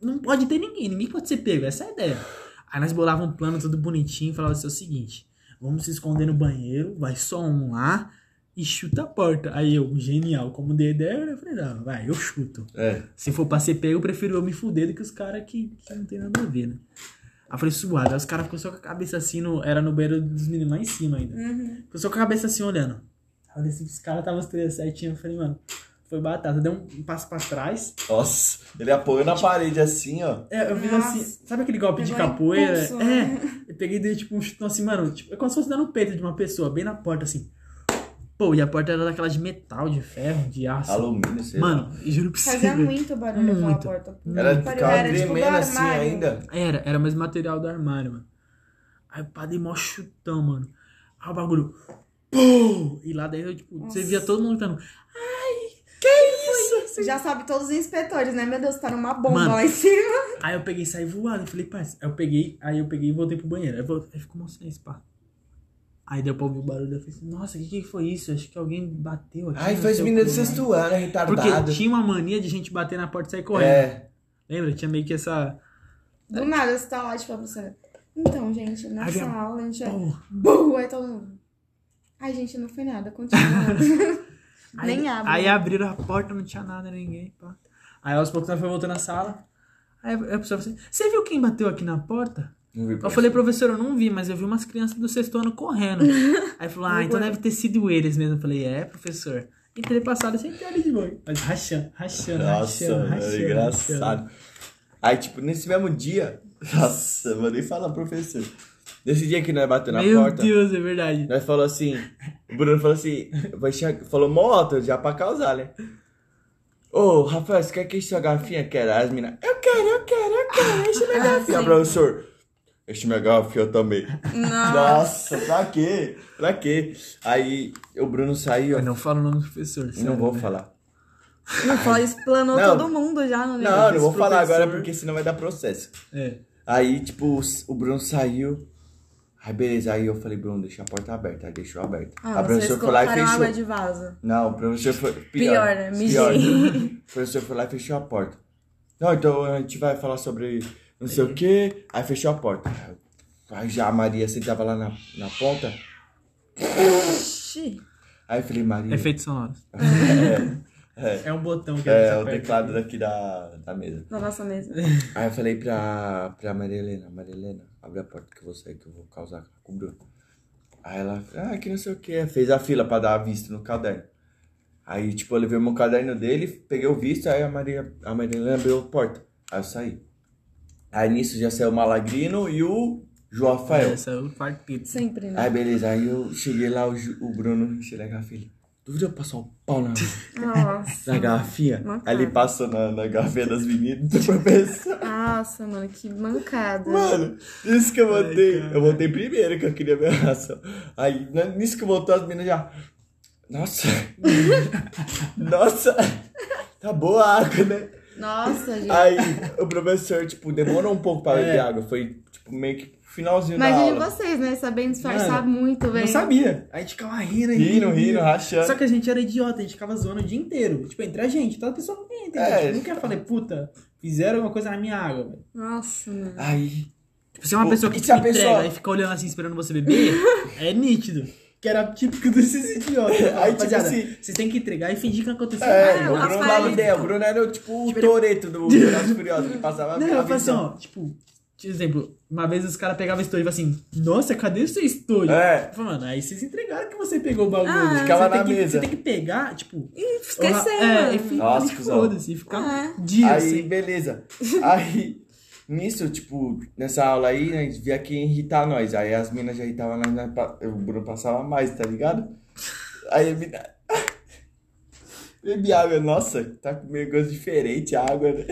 S3: não pode ter ninguém, ninguém pode ser pego, essa é a ideia. Aí nós bolava um plano tudo bonitinho, falava assim, é o seguinte, vamos se esconder no banheiro, vai só um lá e chuta a porta. Aí eu, genial, como dei ideia, eu falei, não, vai, eu chuto.
S1: É.
S3: Se for pra ser pego, eu prefiro eu me fuder do que os caras que, que não tem nada a ver, né? Aí eu falei, suado. Aí os caras ficou só com a cabeça assim, no, era no banheiro dos meninos lá em cima ainda.
S5: Uhum.
S3: Ficou só com a cabeça assim, olhando. Aí eu olhei assim, os caras tava os três certinho. Eu falei, mano, foi batata. Deu um, um passo pra trás.
S1: Nossa, ele apoiou na parede assim, ó.
S3: É, eu fiz
S5: Nossa.
S3: assim, sabe aquele golpe de
S5: Pegou um
S3: capoeira?
S5: impulso, né?
S3: é, eu peguei e dei tipo um chutão assim, mano. Tipo, é como se fosse dando no peito de uma pessoa, bem na porta assim. Pô, e a porta era daquela de metal, de ferro, de aço.
S1: Alumínio, sei lá.
S3: Mano, eu juro pra você.
S5: Fazia
S3: velho.
S5: muito barulho aquela
S3: Muito.
S5: porta.
S1: Ela
S5: Pariu,
S1: ficava
S5: era tipo do
S1: tremendo assim
S5: armário.
S1: ainda.
S3: Era, era o mesmo material do armário, mano. Aí o pá dei mó chutão, mano. Aí o bagulho. Pum! E lá dentro, tipo, você via todo mundo gritando.
S5: Já sabe todos os inspetores, né? Meu Deus, tá numa bomba
S3: Mano.
S5: lá em cima.
S3: Aí eu peguei e saí voado. Eu falei, parça. Aí eu peguei, aí eu peguei e voltei pro banheiro. Aí, vol- aí ficou mó silêncio, pá. Aí deu pra ouvir o barulho. Eu falei assim, nossa, o que, que foi isso? Acho que alguém bateu aqui.
S1: Ai,
S3: não
S1: foi os
S3: sei o
S1: meninos do
S3: quê, mano."
S1: sexto ano, é
S3: Porque
S1: retardado.
S3: tinha um uma mania de gente bater na porta e sair correndo.
S1: É,
S3: Lembra? Tinha meio que essa.
S5: Do nada, você tá lá, tipo, a professora. Então, gente,
S3: Aí
S5: nessa
S3: vem-
S5: aula a gente
S1: É.
S5: já...
S3: Pô.
S5: Bum! Aí todo mundo... Ai, gente, não foi nada. Continua.
S3: Aí-
S5: Nem abre. né?
S3: Aí abriram a porta, não tinha nada, ninguém. Pá. Aí aos poucos nós foi voltando na sala. Aí a pessoa falou assim: Você viu quem bateu aqui na porta?
S1: não vi
S3: Eu falei, professor, eu não vi, mas eu vi umas crianças do sexto ano correndo. Aí falou: Ah, então deve ter sido eles mesmo. Eu falei: É, professor. Entrei passado sem ter ali de boa. Mas rachando, rachando,
S1: Nossa,
S3: rachando,
S1: mano,
S3: rachando. rachando.
S1: engraçado. Aí, tipo, nesse mesmo dia. Nossa, mano, nem fala, professor. Nesse dia que nós bateu na
S3: Meu
S1: porta,
S3: Deus, é verdade.
S1: nós falou assim. O Bruno falou assim, vai enxer- falou mó alto já pra causar, né? Ô, Rafael, você quer que enche sua garrafinha? Quero. Aí as meninas, eu quero, eu quero, eu quero, enche
S5: Ah,
S1: minha garrafinha. Aí, professor, enche minha garrafinha também. Nossa, pra quê? Pra quê? Aí o Bruno saiu,
S3: Eu não né? falo o nome do professor.
S1: eu não vou falar.
S5: Não fala, explanou
S1: Não.
S5: todo mundo já no
S1: Não,
S5: negócio.
S1: não vou
S3: Esse
S1: falar agora
S3: professor-
S1: porque senão vai dar processo.
S3: É.
S1: Aí, tipo, o Bruno saiu. Aí beleza, aí eu falei, Bruno, deixa a porta aberta. Aí deixou aberta.
S5: Ah,
S1: a
S5: vocês
S1: professora foi lá e
S5: colocaram
S1: fechou.
S5: água de vaso.
S1: Não, o professor foi.
S5: Pior, né? Mijei.
S1: O professor foi lá e fechou a porta. Não, então a gente vai falar sobre não sei o quê. Aí fechou a porta. Aí já a Maria sentava lá na, na ponta.
S5: Xi.
S1: Aí eu falei, Maria.
S3: Efeitos sonoros.
S1: É,
S2: É um botão que
S1: é,
S2: você
S1: o
S2: aperta.
S1: teclado daqui da, da mesa.
S5: Na nossa mesa.
S1: Aí eu falei pra, pra Maria Helena, Maria Helena, abre a porta que eu vou sair, que eu vou causar com o Bruno. Aí ela, ah, que não sei o que, fez a fila pra dar a vista no caderno. Aí, tipo, eu levei o meu caderno dele, peguei o visto, aí a Maria, a Maria Helena abriu a porta. Aí eu saí. Aí nisso já saiu o Malagrino e o João Rafael.
S3: Essa é o quarteto.
S5: Sempre, né?
S1: Aí beleza, aí eu cheguei lá, o, Ju- o Bruno enxerga a garrafinha. Duvido eu passar o pau na,
S5: Nossa.
S1: na garrafinha?
S5: Mancada.
S1: Aí ele passou na, na garrafinha das meninas assim. do professor.
S5: Nossa, mano, que mancada.
S1: Mano, isso que eu
S3: Ai,
S1: voltei.
S3: cara.
S1: eu voltei primeiro que eu queria ver a reação. Aí, na- nisso que voltou, as meninas já. Nossa! Nossa! Tá boa a água, né?
S5: Nossa, gente.
S1: Aí o professor, tipo, demorou um pouco pra
S3: É.
S1: beber água. Foi, tipo, meio que finalzinho
S5: Mas
S1: da
S5: e de
S1: aula.
S5: vocês, né? Sabendo disfarçar
S3: Mano,
S5: muito,
S3: Não
S5: velho.
S3: sabia. A gente ficava rindo,
S1: Rindo, rindo, rachando.
S2: Só que a gente era idiota, a gente ficava zoando o dia inteiro. Tipo, entre a gente, toda pessoa não tem,
S1: É.
S2: entendeu? Tipo, não quer falar, puta, fizeram alguma coisa na minha água, velho.
S5: Nossa, mano.
S1: Aí,
S3: Tipo, se é uma
S1: Tipo, Pô,
S3: pessoa
S1: e
S3: que
S1: se
S3: te
S1: a
S3: entrega
S1: pessoa-
S3: e fica olhando assim esperando você beber, é nítido.
S2: Que era típico desses idiotas.
S1: Aí, tipo
S2: Rapaziada,
S1: assim-
S2: vocês têm que entregar e fingir que não aconteceu
S1: é,
S5: Ah,
S1: o
S5: Rafael,
S1: Bruno dava
S5: ele-
S1: ideia. O Bruno era, tipo, o Toreto do Velozes e Furiosos. Ele passava
S2: Não,
S1: a
S2: eu falei assim,
S1: visão.
S2: ó, tipo,
S3: Por exemplo, uma vez os caras pegavam estojo e falavam assim, nossa, cadê o seu estojo?
S1: É.
S3: Eu falei, Mano, aí
S2: aí vocês entregaram que você pegou o bagulho.
S5: Ah.
S1: Ficava
S2: você tem
S1: na
S2: que,
S1: mesa.
S2: Você tem que pegar, tipo,
S5: Esqueceu,
S3: É, e
S5: mano.
S3: fica
S1: Nossa,
S3: ali,
S1: cuzão.
S3: foda-se, fica
S5: É.
S3: dias
S1: aí,
S3: sem-
S1: beleza. Aí, nisso, tipo, nessa aula aí, né, a gente via quem irritar nós. Aí as minas já irritavam nós, nós pa- o Bruno passava mais, tá ligado? Aí a mina... Bebi água, nossa, tá com meio gosto diferente a água, né?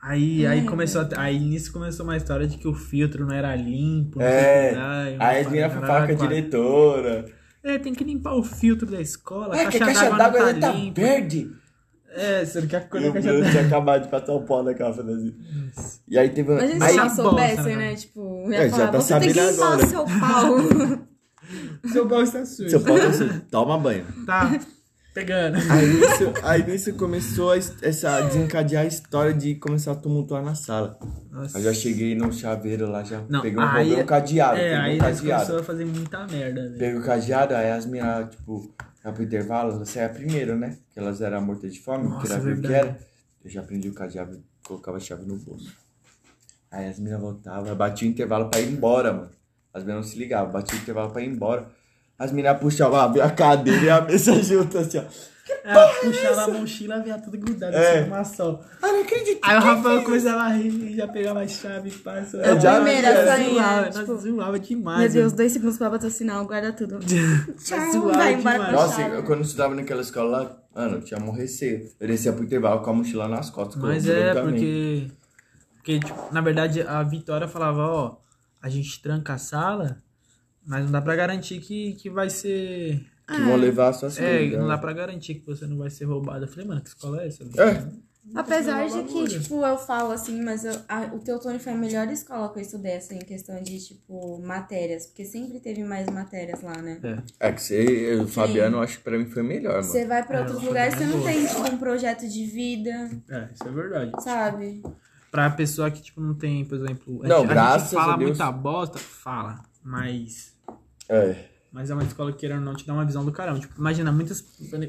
S3: Aí,
S5: é,
S3: aí começou,
S5: né?
S3: a- aí nisso começou uma história de que o filtro não era limpo. não
S1: É.
S3: sei o que lá, e uma
S1: Aí as
S3: parada,
S1: meninas fofavam com a
S3: quatro.
S1: diretora.
S3: É, tem que limpar o filtro da escola,
S1: É,
S3: a
S1: que
S3: caixa,
S1: a caixa
S3: d'água
S1: d'água
S3: não
S1: ela
S3: tá
S1: tá
S3: limpa.
S1: verde.
S3: É, você não quer
S1: E
S3: coisa
S1: o
S3: da caixa
S1: Bruno
S3: d'água.
S1: tinha acabado de passar o pó na caixa assim. E aí teve...
S5: Mas eles
S1: Aí,
S5: já
S3: Aí, bosta,
S5: soubessem,
S3: né?
S5: né? Tipo,
S1: É,
S5: ia
S1: já
S5: falar,
S1: tá
S5: você tem que
S1: sabendo
S5: limpar
S1: agora."
S5: seu pau.
S2: seu pau está sujo.
S1: seu pó tá sujo. Toma banho.
S3: Tá pegando.
S1: Aí nisso, aí nisso começou a, his- essa, a desencadear a história de começar a tumultuar na sala.
S3: Nossa.
S1: Aí já cheguei no chaveiro lá, já
S3: Não,
S1: peguei um,
S3: aí-
S1: roubei um cadeado.
S3: É,
S1: peguei
S3: aí
S1: um
S3: eles
S1: cadeado.
S3: começaram a fazer muita merda, né? velho.
S1: Peguei o cadeado, aí as minhas, tipo, lá pro intervalo, você é a primeira, né? Porque elas eram mortas de fome,
S3: Nossa,
S1: porque era ver o que
S3: verdade.
S1: era. Eu já aprendi o cadeado e colocava a chave no bolso. Aí as minas voltavam, batia o intervalo pra ir embora, mano. As minas não se ligavam, batia o intervalo pra ir embora. As minas puxavam a a cadeira e a mesa junto, assim, ó.
S3: Ela É, puxava a mochila, via tudo grudado,
S1: É.
S3: assim, uma só.
S1: Ah, não acredito.
S3: Aí o Rafael começava a rir e já pegava a chave e passou.
S1: É, já- primeira
S5: a
S3: Nós
S5: sair,
S3: zoava,
S5: né?
S3: nós
S5: Tipo,
S3: zoava demais.
S5: Meu Deus, dois segundos pra patrocinar, guarda tudo.
S3: velho. Nós
S5: Tchau,
S3: zoava
S5: vai embora
S3: demais.
S5: com a
S1: Nossa, eu, quando eu estudava naquela escola lá, mano, eu tinha um receio. Eu descia pro intervalo com a mochila nas costas. com
S3: Mas
S1: o
S3: é
S1: caminho.
S3: porque. Porque, tipo, na verdade, a Vitória falava, ó, a gente tranca a sala, mas não dá pra garantir que, que vai ser.
S1: Que vão levar as suas
S3: É,
S1: coisas,
S3: não dá
S1: né?
S3: pra garantir que você não vai ser roubado. Eu falei, mano, que escola é essa?
S1: É.
S5: Apesar
S3: Isso é
S5: de
S3: um
S5: que,
S3: bagulho.
S5: tipo, eu falo assim, mas eu, a, o Teutônio foi a melhor escola que eu estudei, assim, em questão de, tipo, matérias. Porque sempre teve mais matérias lá, né?
S1: É que você, eu, o Fabiano, eu acho que pra mim foi melhor, mano.
S5: Você vai
S3: É,
S5: pra outros
S3: lá
S5: lugares, você
S3: foi
S5: não
S3: boa.
S5: tem, tipo, um projeto de vida,
S3: É, isso é verdade.
S5: sabe?
S3: Pra pessoa que, tipo, não tem, por exemplo. a
S1: Não,
S3: gente- a
S1: graças
S3: gente fala
S1: a Deus.
S3: muita bosta, fala. Mas.
S1: É.
S3: Mas é uma escola que, querendo ou não, te dá uma visão do caramba. Tipo, imagina, muitos,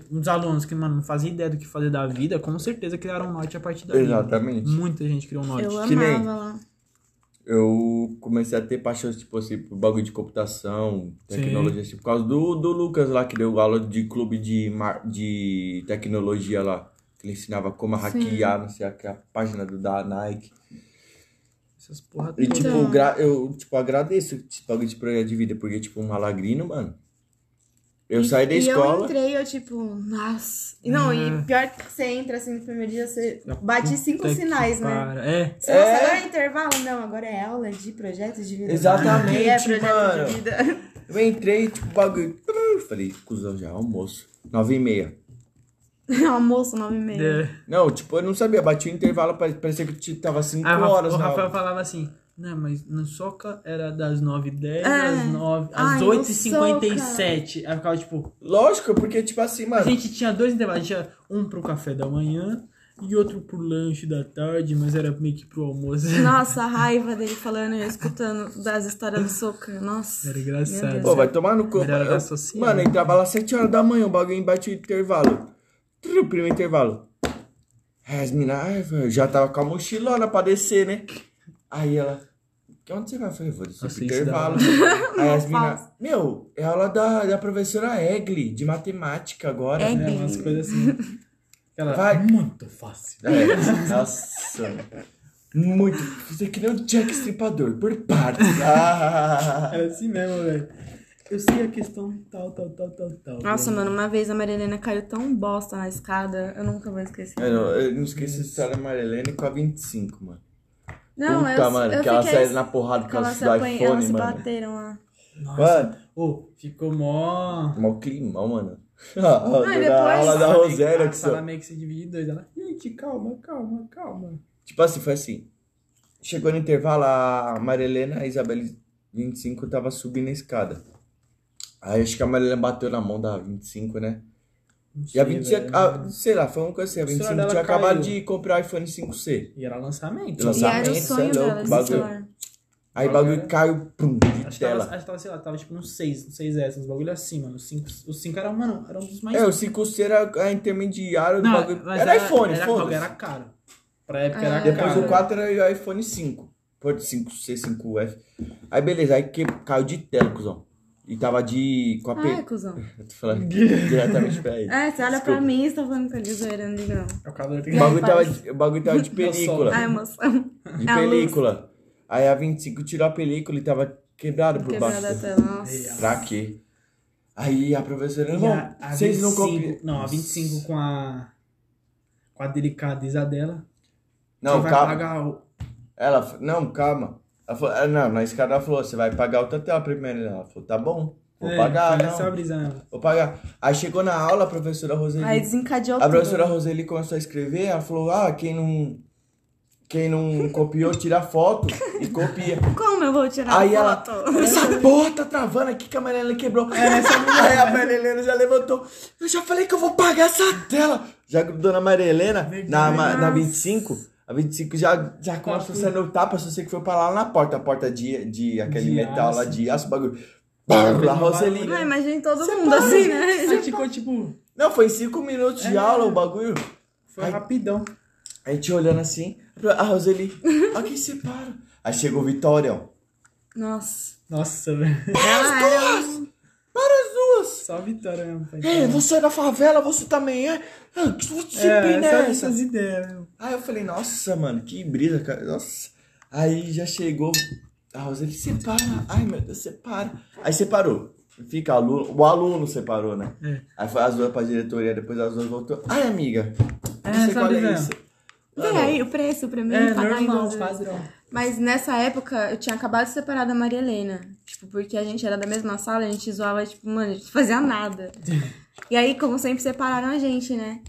S3: muitos alunos que, mano, não faziam ideia do que fazer da vida, com certeza criaram um norte a partir daí.
S1: Exatamente.
S3: Muita gente criou um norte.
S5: Eu
S1: que nem-
S5: amava lá.
S1: Eu comecei a ter paixão, tipo assim, por bagulho de computação, tecnologia, assim, por causa do, do Lucas lá, que deu aula de clube de, mar- de tecnologia lá. Que ele ensinava como hackear, não sei, a, a página do, da Nike.
S3: Essas porra
S1: E,
S3: toda.
S1: tipo,
S5: Então.
S1: gra- eu tipo, agradeço esse bagulho de projeto de vida, porque, tipo, um malagrino, mano. Eu
S5: E-
S1: saí da
S5: e eu
S1: escola.
S5: entrei, eu tipo, nossa. E Não,
S3: Ah.
S5: e pior que você entra assim no primeiro dia, você
S1: tipo,
S3: Da
S5: bate cinco
S3: Puta que
S5: sinais, né?
S3: para. É.
S5: Você
S1: É.
S5: não sabe, agora é intervalo? Não, agora é aula de projetos de vida.
S1: Exatamente,
S5: Que é projeto
S1: mano.
S5: de vida.
S1: Eu entrei, tipo, bagulho. Eu falei, cuzão, já é almoço. Nove e meia.
S5: Almoço, nove e meia.
S3: é.
S1: Não, tipo, eu não sabia, bati o intervalo, pare- parecia que tipo, tava cinco
S3: Aí o Rafa-
S1: horas.
S3: o
S1: na
S3: Ah, Rafael
S1: aula.
S3: falava assim: Não, mas no Soca era das 9h10
S5: É.
S3: às 9
S5: Ai,
S3: às
S5: no
S3: 8h57. Aí eu ficava tipo.
S1: Lógico, porque, tipo assim,
S3: A
S1: mano.
S3: gente tinha dois intervalos. Tinha um pro café da manhã e outro pro lanche da tarde, mas era meio que pro almoço.
S1: É.
S3: né?
S5: Nossa, a raiva dele falando e eu escutando das histórias do Soca. Nossa.
S3: Era engraçado.
S5: Meu Deus.
S1: Pô, vai tomar no corpo.
S3: Melhor
S1: Eu-
S3: da social. né?
S1: Mano, entrava lá às 7 horas da manhã, o bagulho embate o intervalo. Tru, Primeiro intervalo. Aí as minas, ai, velho, já tava com a mochilona pra descer, né? Aí ela, que onde você vai? Eu falei, vou descer
S3: Nossa,
S1: pro
S3: isso da
S1: intervalo. Aí as minas, meu, é aula da, da professora Egli, de matemática agora.
S5: Egli.
S3: É, umas coisas assim. Aquela,
S1: Vai.
S3: Muito fácil.
S1: É, nossa. Muito. Isso é que nem o Jack Stripador, por partes. Ah,
S3: Era assim mesmo, velho. Eu sei a questão tal, tal, tal, tal, tal.
S5: Nossa,
S3: velho.
S5: mano, uma vez a Marilena caiu tão bosta na escada, eu nunca vou esquecer.
S1: Eu não, eu não esqueci a história da Marilene com a 25, mano.
S5: Não,
S1: Puta,
S5: eu,
S1: mano,
S5: eu
S1: que ela
S5: fiquei...
S1: saiu na porrada
S5: que
S1: com
S5: elas
S1: ela
S5: se,
S1: do
S5: apanha- elas
S1: iPhone,
S5: se
S1: mano.
S5: bateram lá.
S3: Nossa. Ô, ficou mó.
S1: Mó climão, mano. Ah,
S5: depois-
S1: da aula da
S3: Sala meio-
S1: Rosélia,
S3: a
S1: que
S3: sala
S1: só.
S3: meio que se divide em dois. Ela, gente, calma, calma, calma.
S1: Tipo assim, foi assim. Chegou no intervalo, a Marilena, a Isabela 25 tava subindo a escada. Aí acho que a Marilena bateu na mão da 25, né?
S3: Não
S1: E a
S3: sei,
S1: 25,
S3: velho.
S1: a, sei lá, foi uma coisa assim, a
S3: O celular
S1: 25 tinha
S3: dela caiu.
S1: acabado de comprar o iPhone 5C.
S3: E era lançamento.
S1: Lança-
S5: E era o
S1: Lançamento, cê é
S5: sonho
S1: louco,
S5: dela, esse
S1: bagulho.
S5: celular.
S1: Aí o
S3: Bagulho.
S1: bagulho caiu, pum, de
S3: Acho que, tava,
S1: tela.
S3: acho que tava, sei lá, tava tipo uns 6, uns 6S, uns bagulho assim, mano. Os 5 os cinco era, mano, era um dos mais.
S1: É, o 5C era a intermediária do bagulho.
S3: mas
S1: Era iPhone,
S3: era,
S1: foda-se.
S3: era caro. Pra época era
S1: Depois
S3: caro.
S1: o 4 era o iPhone 5. Pô, 5C, 5F. Aí beleza, aí que caiu de tela, cuzão. E tava de. com a P.
S5: Ai, cuzão.
S1: Eu tô falando diretamente pra ele.
S5: Ah. É, você olha
S1: Desculpa.
S5: pra mim e você tá falando que eu tô zoeirando então. de não.
S3: É o calor
S1: O
S3: que
S1: bagulho, tava de, o bagulho tava de película.
S5: A emoção.
S1: De
S5: a luz.
S1: película. Aí a 25 tirou a película e tava quebrado por
S5: Quebrada a
S1: baixo.
S5: tela, nossa.
S1: Pra quê? Aí a professora,
S3: E a-
S1: não,
S3: a
S1: vocês não
S3: 25
S1: copiam.
S3: Não, a 25 com a. Com a delicadeza dela.
S1: Não,
S3: você vai
S1: calma.
S3: pagar o.
S1: Ela falou, não, calma. Ela falou, ah, não, na escada ela falou, você vai pagar outra tela primeiro. Ela falou, tá bom, vou
S3: É,
S1: pagar,
S3: foi
S1: não.
S3: Essa brisa mesmo.
S1: Vou pagar. Aí chegou na aula, a professora Roseli.
S5: Aí desencadeou
S1: a professora
S5: tudo.
S1: Roseli começou a escrever, ela falou: Ah, quem não. Quem não copiou, tira foto e copia.
S5: Como eu vou tirar
S1: Aí
S5: a
S1: ela.
S5: foto?
S1: Essa porra tá travando aqui que a Marilena quebrou.
S3: É,
S1: Aí
S3: né?
S1: a Marilena já levantou. Eu já falei que eu vou pagar essa tela. Já grudou na Marilena, na, ma- na 25. A 25 já, já
S3: Tá
S1: começou saindo o tapa, só sei que foi pra lá na porta. A porta de, de aquele
S3: De
S1: metal lá
S3: aço.
S1: de aço, bagulho.
S3: Fez
S1: A
S3: uma
S1: Roseli.
S3: barulheira.
S5: Não, imagina todo mundo assim, né?
S3: Aí ficou tipo.
S1: Não, foi cinco minutos de
S3: É.
S1: aula o bagulho.
S3: Foi
S1: Ai.
S3: rapidão.
S1: A gente olhando assim, a Roseli, aqui separa. Aí chegou o Vitória,
S5: Nossa.
S3: Nossa, velho.
S5: Ela era
S3: um
S1: para as duas.
S3: Só a vitória mesmo. pai.
S1: É, você é da favela, você também é. Ah, Se
S3: É,
S1: é,
S3: só
S1: nessa.
S3: essas ideias, meu.
S1: Aí eu falei, nossa, mano, que brisa, cara. Nossa. Aí já chegou a Roseli, separa. Ai, meu Deus, separa. Aí separou. Fica aluno, o aluno separou, né?
S3: É.
S1: Aí foi as duas pra diretoria, depois as duas voltou. Ai, amiga,
S3: É,
S1: não sei qual
S3: sabe,
S1: é
S3: né?
S1: isso.
S5: Vê aí o preço pra mim
S3: É,
S5: pagar em
S3: normal,
S5: duas
S1: né?
S5: vezes.
S3: padrão.
S5: Mas nessa época eu tinha acabado de separar da Maria Helena. Tipo, porque a gente era da mesma sala, a gente zoava, tipo, mano, a gente não fazia nada. E aí, como sempre, separaram a gente, né?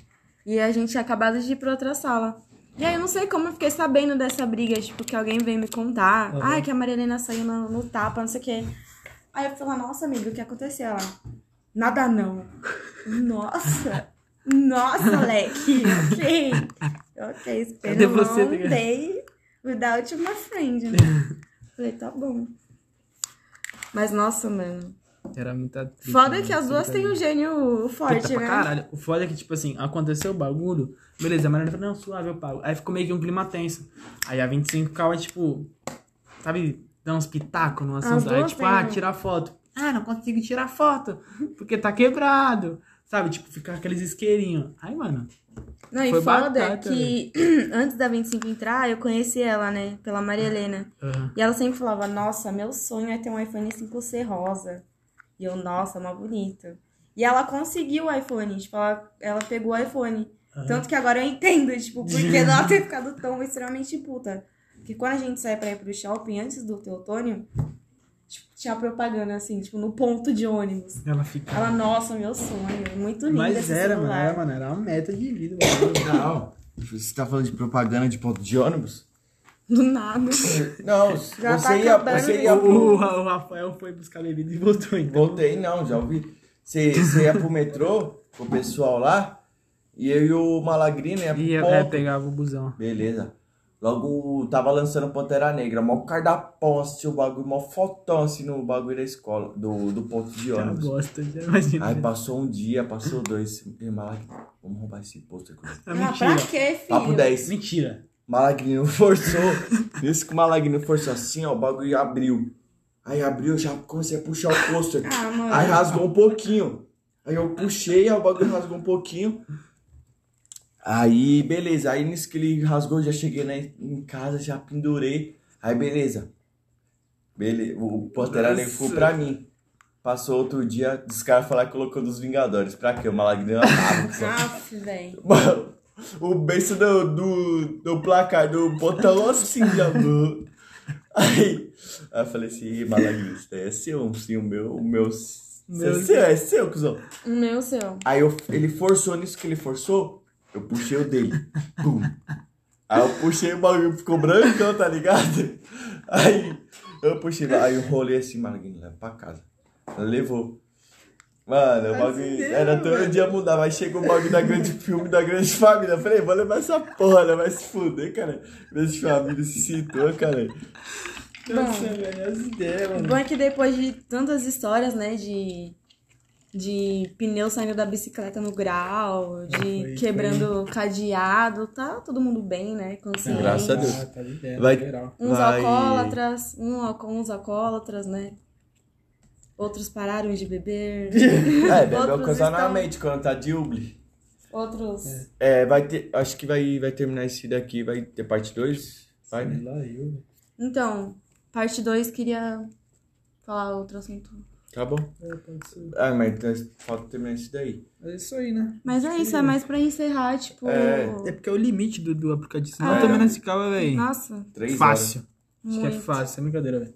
S5: E a gente tinha acabado de ir pra outra sala. E aí, eu não sei como eu fiquei sabendo dessa briga, tipo, que alguém veio me contar.
S3: Aham.
S5: Ai, que a Maria Helena saiu no, no tapa, não sei o quê. Aí eu falei, nossa, amiga, o que aconteceu? Ela, nada não. Nossa! Nossa, leque! Ok! Ok,
S3: Cadê
S5: espera
S3: você,
S5: você,
S3: tá ligado?
S5: long day without my friend, né? Falei, tá bom. Mas, nossa, mano.
S3: Era muita. treta,
S5: Foda
S3: mano,
S5: que as duas
S3: muita
S5: têm um gênio
S3: então tá Puta
S5: forte,
S3: pra
S5: né?
S3: caralho. O foda é que, tipo assim, aconteceu o bagulho, beleza, a Mariana falou, não, suave, eu pago. Aí ficou meio que um clima tenso. Aí a 25 ficava, tipo, sabe, dá uns pitacos no assunto. Aí,
S5: duas
S3: tipo,
S5: têm
S3: ah,
S5: um-
S3: tirar foto. Ah, não consigo tirar foto, porque tá quebrado. Sabe, tipo, ficar aqueles isqueirinhos. Aí, mano,
S5: Não, e
S3: Foi
S5: foda
S3: batata,
S5: é
S3: né?
S5: que antes da 25 entrar, eu conheci ela, né? Pela Maria Helena.
S3: aham.
S5: E ela sempre falava, nossa, meu sonho é ter um iPhone 5C rosa. E eu, nossa, mó bonito. E ela conseguiu o iPhone, tipo, ela, ela pegou o iPhone.
S3: Aham.
S5: Tanto que agora eu entendo, tipo, porque ela ter ficado tão extremamente puta. Porque quando a gente sai pra ir pro shopping, antes do Teotônio, tipo, tinha propaganda, assim, tipo, no ponto de ônibus.
S3: ela ficava.
S5: Ela, nossa, meu sonho, muito lindo
S3: Mas
S5: esse
S3: era, mano,
S5: celular.
S3: era, mano, era uma meta de vida. mano.
S1: Não, você tá falando de propaganda de ponto de ônibus?
S5: Do nada.
S1: Não,
S5: Já
S1: você
S5: tá
S1: ia,
S5: acabando,
S1: você
S5: né?
S1: ia
S3: O,
S1: pro...
S3: Ra- o Rafael foi buscar bebida e voltou então. ainda.
S1: Voltei, não, já ouvi. Você, você ia pro metrô, com o pessoal lá, e eu e o Malagrina ia pro
S3: E é,
S1: ponto.
S3: pegava o busão.
S1: Beleza. Logo tava lançando Pantera Negra, mó cardapão, assistiu o bagulho, mó fotão assim no bagulho da escola, do, do ponto de
S3: Já
S1: ônibus.
S3: gosta, já imagina.
S1: Aí passou um dia, passou dois, e Malagrina, vamos roubar esse pôster. coisa.
S3: Ah,
S5: Ah, pra
S3: mentira.
S5: quê, filho?
S1: Papo 10.
S3: Mentira.
S1: Malagrino forçou. Isso que o Malagrino forçou assim, ó, o bagulho abriu. Aí abriu, eu já comecei a puxar o pôster.
S5: Ah, mano.
S1: Aí rasgou um pouquinho. Aí eu puxei, aí o bagulho rasgou um pouquinho. Aí, beleza. Aí nisso que ele rasgou, eu já cheguei na, em casa, já pendurei. Aí, beleza. Bele... O Pantera Negra ficou
S3: Nossa.
S1: pra mim. Passou outro dia, os caras falaram que colocou dos Vingadores. Pra quê? O Malagrino amava. só.
S5: Aff, velho.
S1: Mano, o beijo do, do, do placar do botão assim, já mano. Aí, aí eu falei assim, Malaguinho, isso daí é seu, sim, o meu, o meu,
S3: Meu
S1: é seu, é seu, cuzão.
S5: O meu, seu.
S1: Aí eu, ele forçou nisso que ele forçou, eu puxei o dele. Pum. Aí eu puxei o bagulho, ficou brancão, tá ligado? Aí eu puxei, aí eu rolei assim, Malaguinho, leva pra casa. Levou. Mano, o bagulho era todo dia mudar, mas chega o bagulho da grande filme, da grande família. Eu falei, vou levar essa porra, né? vai se fuder, cara. Grande família se citou, cara.
S5: é
S3: Nossa, velho, as ideias,
S5: O
S3: mano.
S5: bom é que depois de tantas histórias, né, de, de pneu saindo da bicicleta no grau, de
S3: Foi,
S5: quebrando cadeado, tá todo mundo bem, né, consciente.
S1: Graças a Deus.
S3: Ah, tá de ideia,
S1: Vai-
S3: na geral.
S5: Uns
S1: Vai.
S5: alcoólatras, um, alco- uns alcoólatras, né, outros pararam de beber,
S1: É, bebeu
S5: Outros
S1: ocasionalmente quando tá de Uble.
S5: outros...
S1: É, vai ter. Acho que vai, vai terminar esse daqui, vai ter parte 2? Vai, né?
S3: Sei lá, eu, velho.
S5: Então, parte 2, queria falar outro assunto.
S1: Tá bom.
S3: É, pode ser.
S1: Ah, mas então falta terminar esse daí.
S3: Mas é isso aí, né?
S5: Mas é isso, é mais pra encerrar, tipo...
S1: É.
S3: É porque é o limite do, do aplicativo. Senão
S1: Ah,
S3: também
S1: é.
S3: não ficava, velho.
S5: Nossa,
S1: Três
S3: Fácil. Acho que é
S5: muito.
S3: fácil, é brincadeira, velho.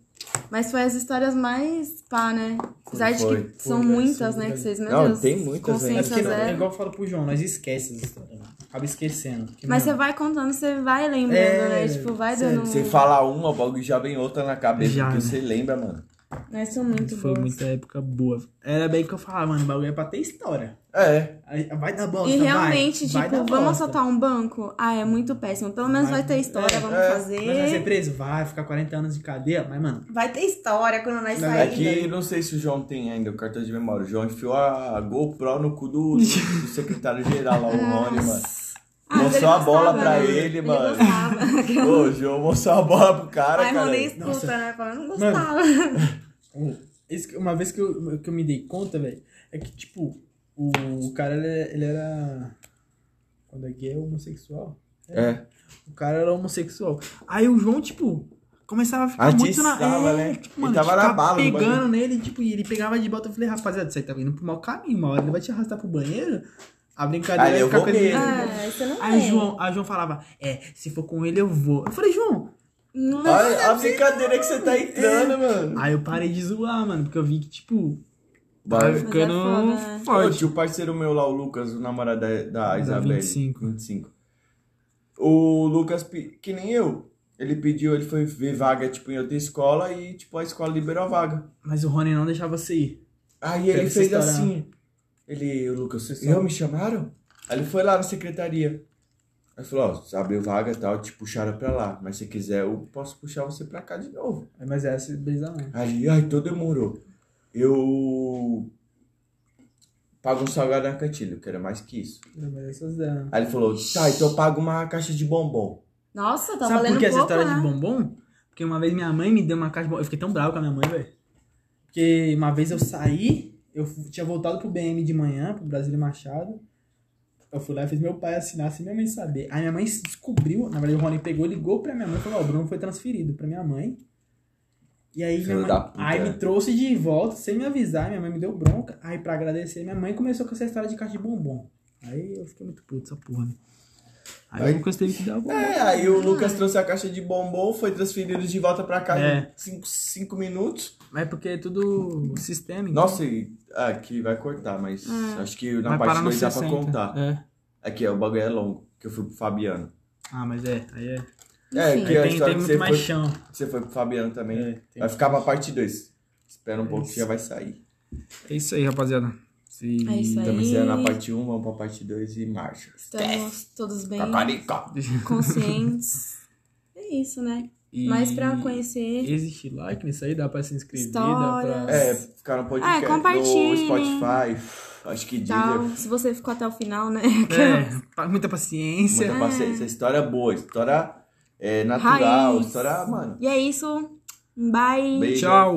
S5: Mas foi as histórias mais pá, né? Apesar de que
S1: Foi, foi,
S5: são
S3: foi,
S5: muitas,
S3: sim,
S5: né? Que
S3: foi.
S5: vocês, meu
S1: Não,
S5: Deus,
S1: tem muitas né?
S3: É
S5: consciência
S3: porque não, é
S5: zero.
S3: igual eu falo pro João, nós esquece essas histórias, mano. Acaba esquecendo. porque,
S5: Mas você
S3: mano,
S5: vai contando, você vai lembrando,
S3: É,
S5: né? Tipo, vai
S3: sério,
S5: dando.
S1: Você fala uma, o bagulho já vem outra na cabeça,
S3: Já,
S1: porque
S3: né?
S1: você lembra, mano.
S5: Mas né, são muito
S3: Foi
S5: boas.
S3: muita época boa. Era bem que eu falava, mano, o bagulho é pra ter história.
S1: É.
S3: Aí Vai dar bosta,
S5: E
S3: vai,
S5: realmente,
S3: vai dar
S5: tipo, vamos
S3: bosta.
S5: assaltar um banco? Ah, é muito péssimo. Pelo
S3: Mas-
S5: menos vai ter história,
S3: é,
S5: vamos
S1: é.
S3: Mas vai ser
S5: fazer.
S3: preso? Vai, ficar 40 anos de cadeia. Mas, mano,
S5: Vai ter história quando nós
S3: Não,
S5: sairmos.
S1: Aqui, É, não sei se o João tem ainda o cartão de memória. O João enfiou a GoPro no cu do, do- do secretário-geral lá, o Rony, mano.
S5: Ah, mas ele
S1: Mostrou a bola
S5: gostava,
S1: pra
S5: né?
S1: ele,
S5: Ele
S1: mano.
S5: gostava.
S1: Ô, o João mostrou a bola pro cara,
S5: Aí
S1: cara.
S5: Rony escuta,
S3: Nossa.
S5: né? Fala, não
S3: Mano.
S5: gostava.
S1: Hum.
S3: um- isso que- uma vez que eu, que eu me dei conta, velho, é que, tipo, o, o cara, ele, ele era. Quando é gay, é homossexual.
S1: É.
S3: O cara era homossexual. Aí o João, tipo, começava a ficar muito na.
S1: Atiçava, né?
S3: tipo,
S1: Ele
S3: mano,
S1: tava na
S3: ficava
S1: bala no
S3: pegando
S1: bagulho.
S3: nele, tipo, e ele pegava de volta. Eu falei, rapaziada, você tá indo pro mau caminho, uma hora ele vai te arrastar pro banheiro. A brincadeira
S1: Aí
S3: vai
S1: eu
S3: ficar
S1: vou
S3: com
S1: mesmo.
S3: ele. É.
S5: Ah, você não
S3: Aí
S5: vem.
S3: João, aí João falava, é, se for com ele eu vou. Eu falei, João.
S5: Não,
S1: Olha a brincadeira que você tá entrando, mano.
S3: Aí eu parei de zoar, mano, porque eu vi que, tipo,
S1: Vai, tipo,
S3: tava ficando
S5: Mas é foda, né?
S1: Ô,
S3: forte.
S1: tio, o parceiro meu lá, o Lucas, o namorado da, da Isabelle.
S3: 25.
S1: 25. O Lucas, pe- que nem eu, ele pediu, ele foi ver vaga, tipo, em outra escola e, tipo, a escola liberou a vaga.
S3: Mas o Rony não deixava você ir.
S1: Aí ele
S3: Deve ser
S1: fez
S3: estourar.
S1: assim, ele, o Lucas,
S3: Você
S1: eu
S3: sabe.
S1: me chamaram? Aí ele foi lá na secretaria. Aí falou, ó, abriu vaga e tal, te puxaram pra lá, mas se quiser eu posso puxar você pra cá de novo.
S3: Mas era essa é brisa não.
S1: Aí, ai, então demorou. Eu pago um salgado na cantilha, que era mais que isso.
S3: Mas essas deram.
S1: Aí ele falou, tá, então eu pago uma caixa de bombom.
S5: Nossa, tá
S3: Sabe
S5: valendo
S3: por que essa
S5: pouco,
S3: história
S5: né?
S3: de bombom? Porque uma vez minha mãe me deu uma caixa de bombom. Eu fiquei tão bravo com a minha mãe, velho. Porque uma vez eu saí, eu fu- tinha voltado pro BM de manhã, pro Brasília Machado. Eu fui lá e fiz meu pai assinar sem minha mãe saber. Aí minha mãe se descobriu, na verdade o Rony pegou, ligou pra minha mãe e falou: Ó, o Bruno foi transferido pra minha mãe. E aí, minha
S1: Filho
S3: mãe,
S1: da puta,
S3: aí me
S1: né?
S3: trouxe de volta sem me avisar, minha mãe me deu bronca. Aí pra agradecer, minha mãe começou com essa história de caixa de bombom. Aí eu fiquei muito puto, essa porra, né? Aí,
S1: Aí-
S3: eu gostei que dar o bombom.
S1: É, aí o Lucas trouxe a caixa de bombom, foi transferido de volta pra cá em
S3: É.
S1: cinco, cinco minutos.
S3: Mas porque é tudo sistêmico.
S1: Nossa, e- ah, aqui vai cortar, mas acho que na
S3: Vai parar
S1: parte
S3: no
S1: 2 dá pra
S3: 60.
S1: contar.
S3: É.
S1: Aqui, ó, o bagulho é longo, que eu fui pro Fabiano.
S3: Ah, mas é. Aí é.
S1: É,
S5: Enfim.
S1: que
S3: Aí
S1: a história
S3: tem, tem
S1: que
S3: muito
S1: você
S3: mais
S1: foi-
S3: chão.
S1: Você foi pro Fabiano também. né?
S3: É, tem-
S1: vai ficar pra parte 2. Espera um
S3: É
S1: pouco que
S3: isso.
S1: já vai sair.
S3: É isso aí, rapaziada. Se-
S5: É isso aí.
S1: Estamos encerrando na parte 1, vamos pra parte 2 e marcha.
S5: Estamos todos bem
S1: Caparica!
S5: conscientes. Tá É isso, né?
S3: E-
S5: Mas pra conhecer.
S3: Existe like nisso aí, dá pra se inscrever, dá pra.
S5: Histórias.
S1: É, ficar no podcast,
S5: Ah,
S1: no
S5: compartilhem.
S1: Spotify, acho que
S5: Tal,
S1: Deezer.
S5: se você ficou até o final, né?
S3: É, pa- muita paciência.
S1: Muita paciência. História boa, história é, natural,
S5: Raiz.
S1: história, mano.
S5: E é isso. Bye.
S1: Beijo.
S3: Tchau.